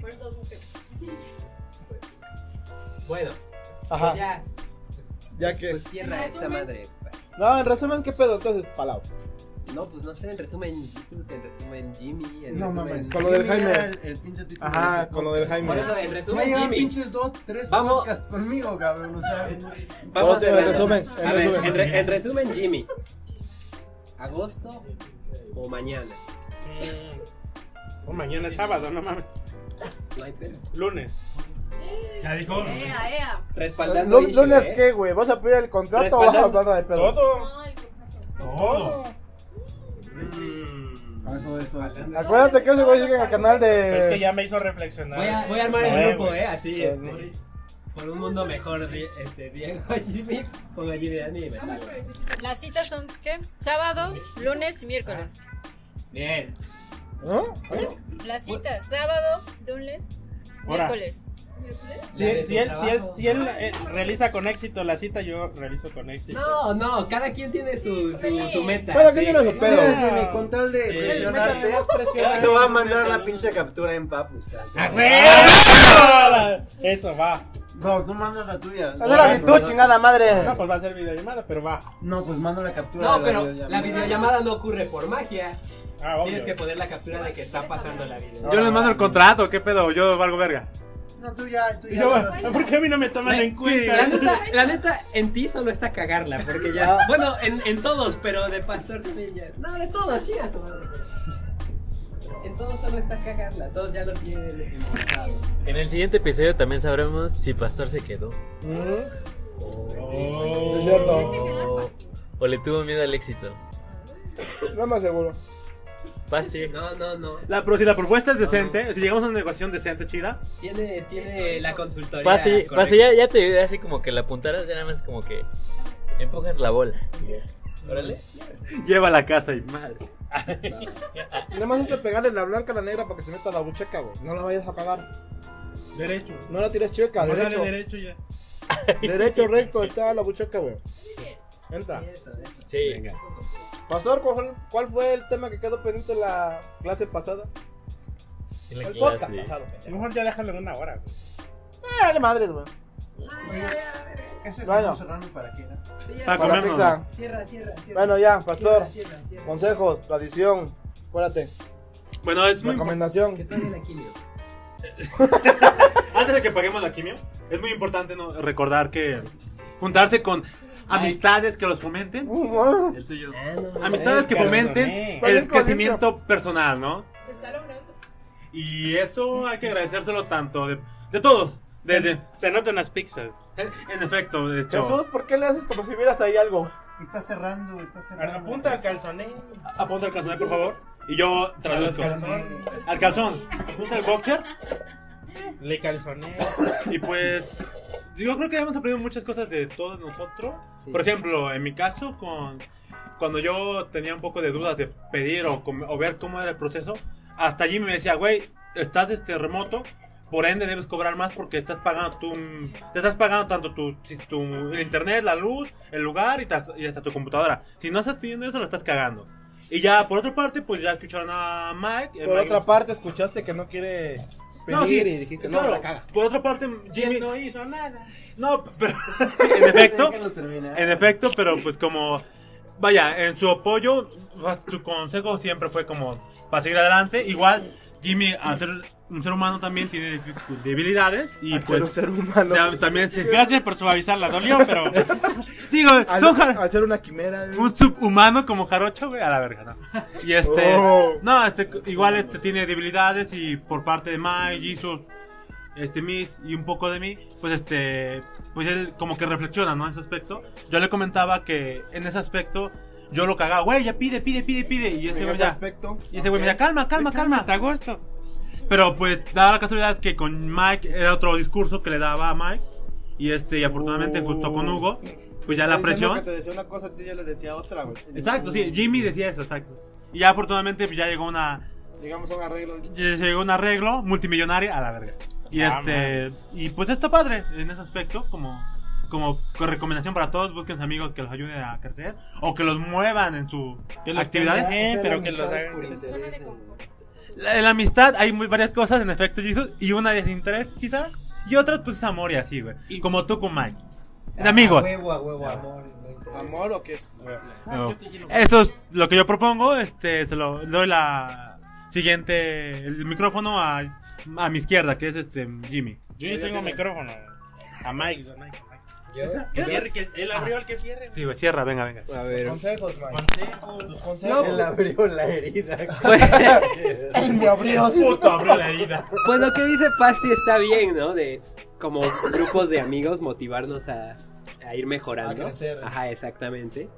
Fueron dos mujeres. Bueno, Ajá. pues ya. Pues, Ya pues- que- pues cierra En esta resumen. madre. No, en resumen, ¿qué pedo entonces, Palau? No, pues no sé, en resumen Jesus, en resumen Jimmy, en No resumen... mames, con lo del Jaime. Era el- el pinche título Ajá, del con lo del Jaime. Por eso, en Ya resumen llevan Jimmy. pinches dos, tres Vamos. podcasts conmigo, cabrón. O sea, Vamos en ver. resumen, en A ver, resumen. en, re- en resumen Jimmy. ¿Agosto o mañana? Oh, mañana es sábado, no mames. No hay pedo. Lunes. Eh, Ya dijo. Ea, ea. Respaldando Lu- issue, ¿Lunes ¿eh? qué, güey? ¿Vas a pedir el contrato o vas a Respaldando- hablar de pedo? Todo. No, el contrato. No, Mm. fue, fue. Acuérdate que ese güey llega al canal de. Es que ya me hizo reflexionar. Voy a, voy a armar No, el grupo, güey. ¿eh? Así, Eh, este. Por un mundo mejor, di- este, Diego, Jimmy, ponga Jimmy Dani y me sale. Las citas son, ¿qué? Sábado, lunes y miércoles. Bien. ¿No? Las citas, sábado, lunes, Ahora. miércoles. Si, si él, si él, si él, eh, realiza con éxito la cita, yo realizo con éxito. No, no, cada quien tiene su, su, su meta. Cada quien sí, tiene güey. su pedo. Déjame, con tal de Sí. presionarte, presionante. te voy a mandar la pinche captura en papus. ¡Ah! Eso va. No, tú mandas la tuya. No, pues va a ser videollamada, pero va. No, pues mando la captura. No, de pero videollamada. la videollamada no ocurre por magia. Ah, Tienes que poner la captura de que está pasando la videollamada. Yo les mando el contrato, ¿qué pedo? Yo valgo verga. No, tú ya, tú Y ya. yo, mandas- Ah, ¿Por qué a mí no me toman en La cuenta? neta, la neta, en ti solo está cagarla, porque ya. Bueno, en, en todos, pero de pastor también ya. No, de todos, chicas. En todos solo está cagarla, todos ya lo tienen. enmarcado. En el siguiente episodio también sabremos si Pastor se quedó. Mm. Es cierto. O, o le tuvo miedo al éxito. No más seguro. Pasti. No, no, no. La, pero si la propuesta es decente, si llegamos a una negociación decente, chida. Tiene, tiene la consultoría. Pasti, correcta. Pasti, ya, ya te ayudé así como que la apuntaras, ya nada más como que empujas la bola. Órale. Lleva a la casa y madre. Ah, Nada más es de pegarle la blanca a la negra para que se meta la bucheca, güey. No la vayas a pagar. Derecho. No la tires chueca, derecho. Órale, Ah, derecho Pues, ya. Derecho, recto, ahí está la bucheca, güey. Entra. Sí. Pastor, ¿cuál fue, cuál fue el tema que quedó pendiente en la clase pasada? En la El podcast clase. pasado. pues, Mejor ya déjalo en una hora, güey. Eh, dale madres, güey. Ese Bueno. bueno. serrano para qué, ¿no? Ah, Para Para comernos. pizza. Cierra, cierra, cierra. Bueno, ya, pastor. Cierra, cierra, cierra. Consejos, tradición. Acuérdate. Bueno, es muy Recomendación. ¿Qué tal el quimio? Antes de que paguemos la quimio, es muy importante ¿no? recordar que juntarse con amistades que los fomenten. El tuyo. Amistades Eh, que fomenten el crecimiento personal, ¿no? Se está logrando. Y eso hay que agradecérselo tanto de, de todos. De, de- Se notan las pizzas. en, en efecto, de hecho. Jesús, ¿por qué le haces como si vieras ahí algo? Está cerrando, está cerrando. Apunta al calzoneo. Apunta al calzón, por favor. Y yo traduzco. Al calzón. Al calzón. Apunta al boxer. Le calzoneo. Y pues, yo creo que hemos aprendido muchas cosas de todos nosotros. Sí. Por ejemplo, en mi caso, con cuando yo tenía un poco de dudas de pedir o, com- o ver cómo era el proceso, hasta allí me decía, güey, estás este remoto, por ende debes cobrar más porque estás pagando tu, te estás pagando tanto tu, si- tu el internet, la luz, el lugar y, ta- y hasta tu computadora. Si no estás pidiendo eso, lo estás cagando. Y ya, por otra parte, pues ya escucharon a Mike. eh, Por Mike- otra parte, escuchaste que no quiere pedir No, sí, y dijiste, no, claro, la caga. Por otra parte, Jimmy, No hizo nada. no, pero en efecto, Déjalo ¿eh? terminar. en efecto, pero pues como vaya, en su apoyo, su consejo siempre fue como para seguir adelante. Igual Jimmy, al ser un ser humano también tiene dificu- debilidades y Al ser pues un ser humano. ya- también se- Gracias por suavizarla, dolió, pero. digo, Al, son jar- al ser una quimera. eh. un subhumano como Jarocho, güey, a la verga, ¿no? Y este, Oh. no, este, igual este tiene debilidades y por parte de Mike, Jesus, este, Miss y un poco de mí, pues este, pues él como que reflexiona, ¿no? En ese aspecto. Yo le comentaba que en ese aspecto yo lo cagaba, güey, ya pide, pide, pide, pide. Y ese En güey ese ya- aspecto. y ese güey me decía, calma, calma, calma. Hasta agosto. Pero pues daba la casualidad que con Mike era otro discurso que le daba a Mike. Y este, y afortunadamente justo con Hugo, pues ya la Está diciendo presión. que te decía una cosa a ti, yo le decía otra, güey. Exacto, sí, Jimmy decía eso, exacto. Y ya afortunadamente pues, ya llegó una Llegamos a un arreglo. dice. ya llegó un arreglo multimillonario a la verga. Y Ah, este y pues está padre en ese aspecto como como co- recomendación para todos, busquen amigos que los ayuden a crecer o que los muevan en su Que los actividades. tengan, Hacer Eh, pero que los amistades hagan por crecer. interés, güey. La, en la amistad hay muy varias cosas en efecto Jesus y una es interés quizá y otra pues es amor y así, güey. Como tú con Mike. Ah, De amigos. A huevo, a huevo, amor. no interesa. ¿Amor o qué es? Ah, Oh. No. Eso es lo que yo propongo. Este, se lo le doy la siguiente el micrófono a, a mi izquierda, que es este Jimmy. Yo ya tengo micrófono. A Mike, a Mike. a Mike. Que cierre, que él abrió el que cierre. Sí, güey, cierra, venga, venga. A ver. Consejos, Mike. Tus consejos. Él abrió la herida. Él me Ah, abrió. Puto, abrió la herida. Pues lo que dice Pasti está bien, ¿no? De como grupos de amigos motivarnos a, a ir mejorando. A crecer. Ajá, exactamente.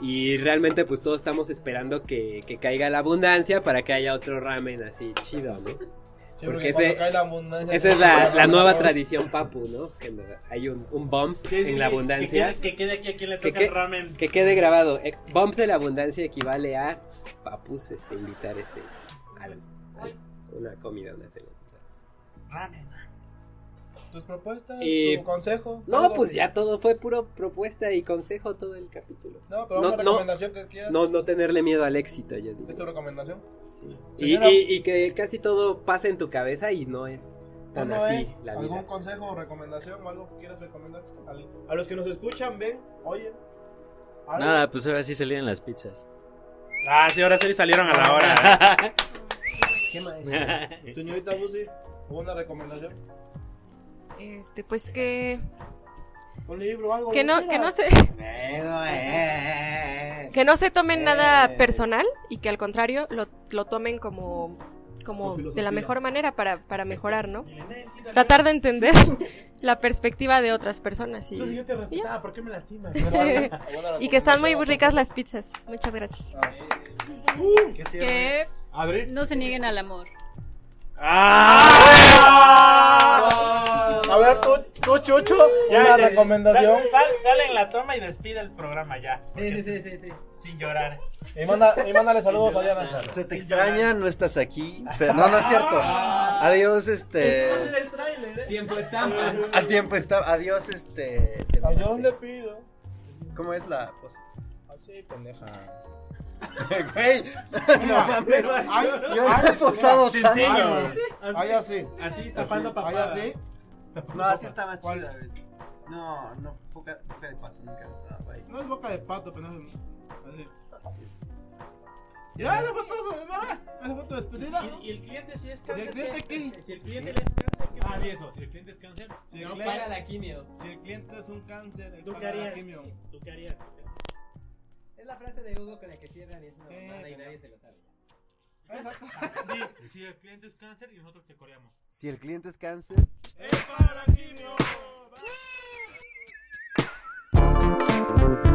Y realmente pues todos estamos esperando que, que caiga la abundancia para que haya otro ramen así chido, ¿no? Sí, Porque porque ese- cuando cae la abundancia- pues, esa es la, la nueva tradición papu, ¿no? Que hay un, un bump Sí, sí, en la sí, que abundancia. quede- que quede aquí a quien le Que toca el que- ramen. Que quede grabado. Eh, Bump de la abundancia equivale a papus, este, invitar este, algo. algo, Una comida, una cena. Tus propuestas, Y- tu consejo. No, algo. pues ya todo fue puro propuesta y consejo todo el capítulo. No, pero una recomendación que quieras. No, no tenerle miedo al éxito, yo digo. ¿Es tu recomendación? Y, Señora- y- y que casi todo pasa en tu cabeza y no es tan Bueno, así eh, la ¿Algún vida. consejo o recomendación o algo que quieras recomendar? Al- A los que nos escuchan, ven, oye. algo. Nada, pues ahora sí salían las pizzas. Ah, sí, ahora sí salieron a la hora. ¿Qué maestro? Señorita Lucy, ¿alguna recomendación? Este, pues que. Un libro, algo. Que lo no, que quieras. no se. Que no se tomen nada personal y que al contrario lo, lo tomen como, como Con de la filosofía. mejor manera para, para mejorar, ¿no? Tratar de entender la perspectiva de otras personas Entonces y, yo te respetaba, ¿por qué me lastimas? y que están muy ricas las pizzas. Muchas gracias. Que Adri. no se nieguen al amor. Ah, A ver, tú, tú Chucho, Ya, una ya, ya. recomendación. Sal, sal- sale en la toma y despide el programa ya. Sí, sí, sí, sí. Sin llorar. Y, manda, y mándale saludos a Diana. Se te extraña, no estás aquí. Pero no, no es cierto. Ah. Adiós, Eh. este. el tráiler, Tiempo estamos. A tiempo está. Adiós, este. Adiós le pido. ¿Cómo es la cosa? Así, pendeja. Güey, no mames. Ay, Yo no he forzado mira, tanto. sencillo. Ahí así. Así, tapando Ahí papada. así. Tapando No, así papada. está más ¿Cuál? chida, güey. No, no, boca, boca de pato nunca estaba ahí. No es boca de pato, pero no es. Así. Ya, le fue todo su desmara. Esa fue tu despedida. ¿Y el cliente si es ¿Y el cáncer? cliente qué? Si el cliente ¿Eh? le es cáncer, ¿qué? Ah, viejo, si el cliente es cáncer, si el No cliente- paga la quimio. Si el cliente es un cáncer, él ¿Tú qué paga la harías? quimio. ¿Tú qué harías? Es la frase de Hugo con la que cierran y es una mamada y nadie se lo sabe. Si el cliente es cáncer y nosotros te coreamos. Si el cliente es cáncer. ¡Es para la quimio!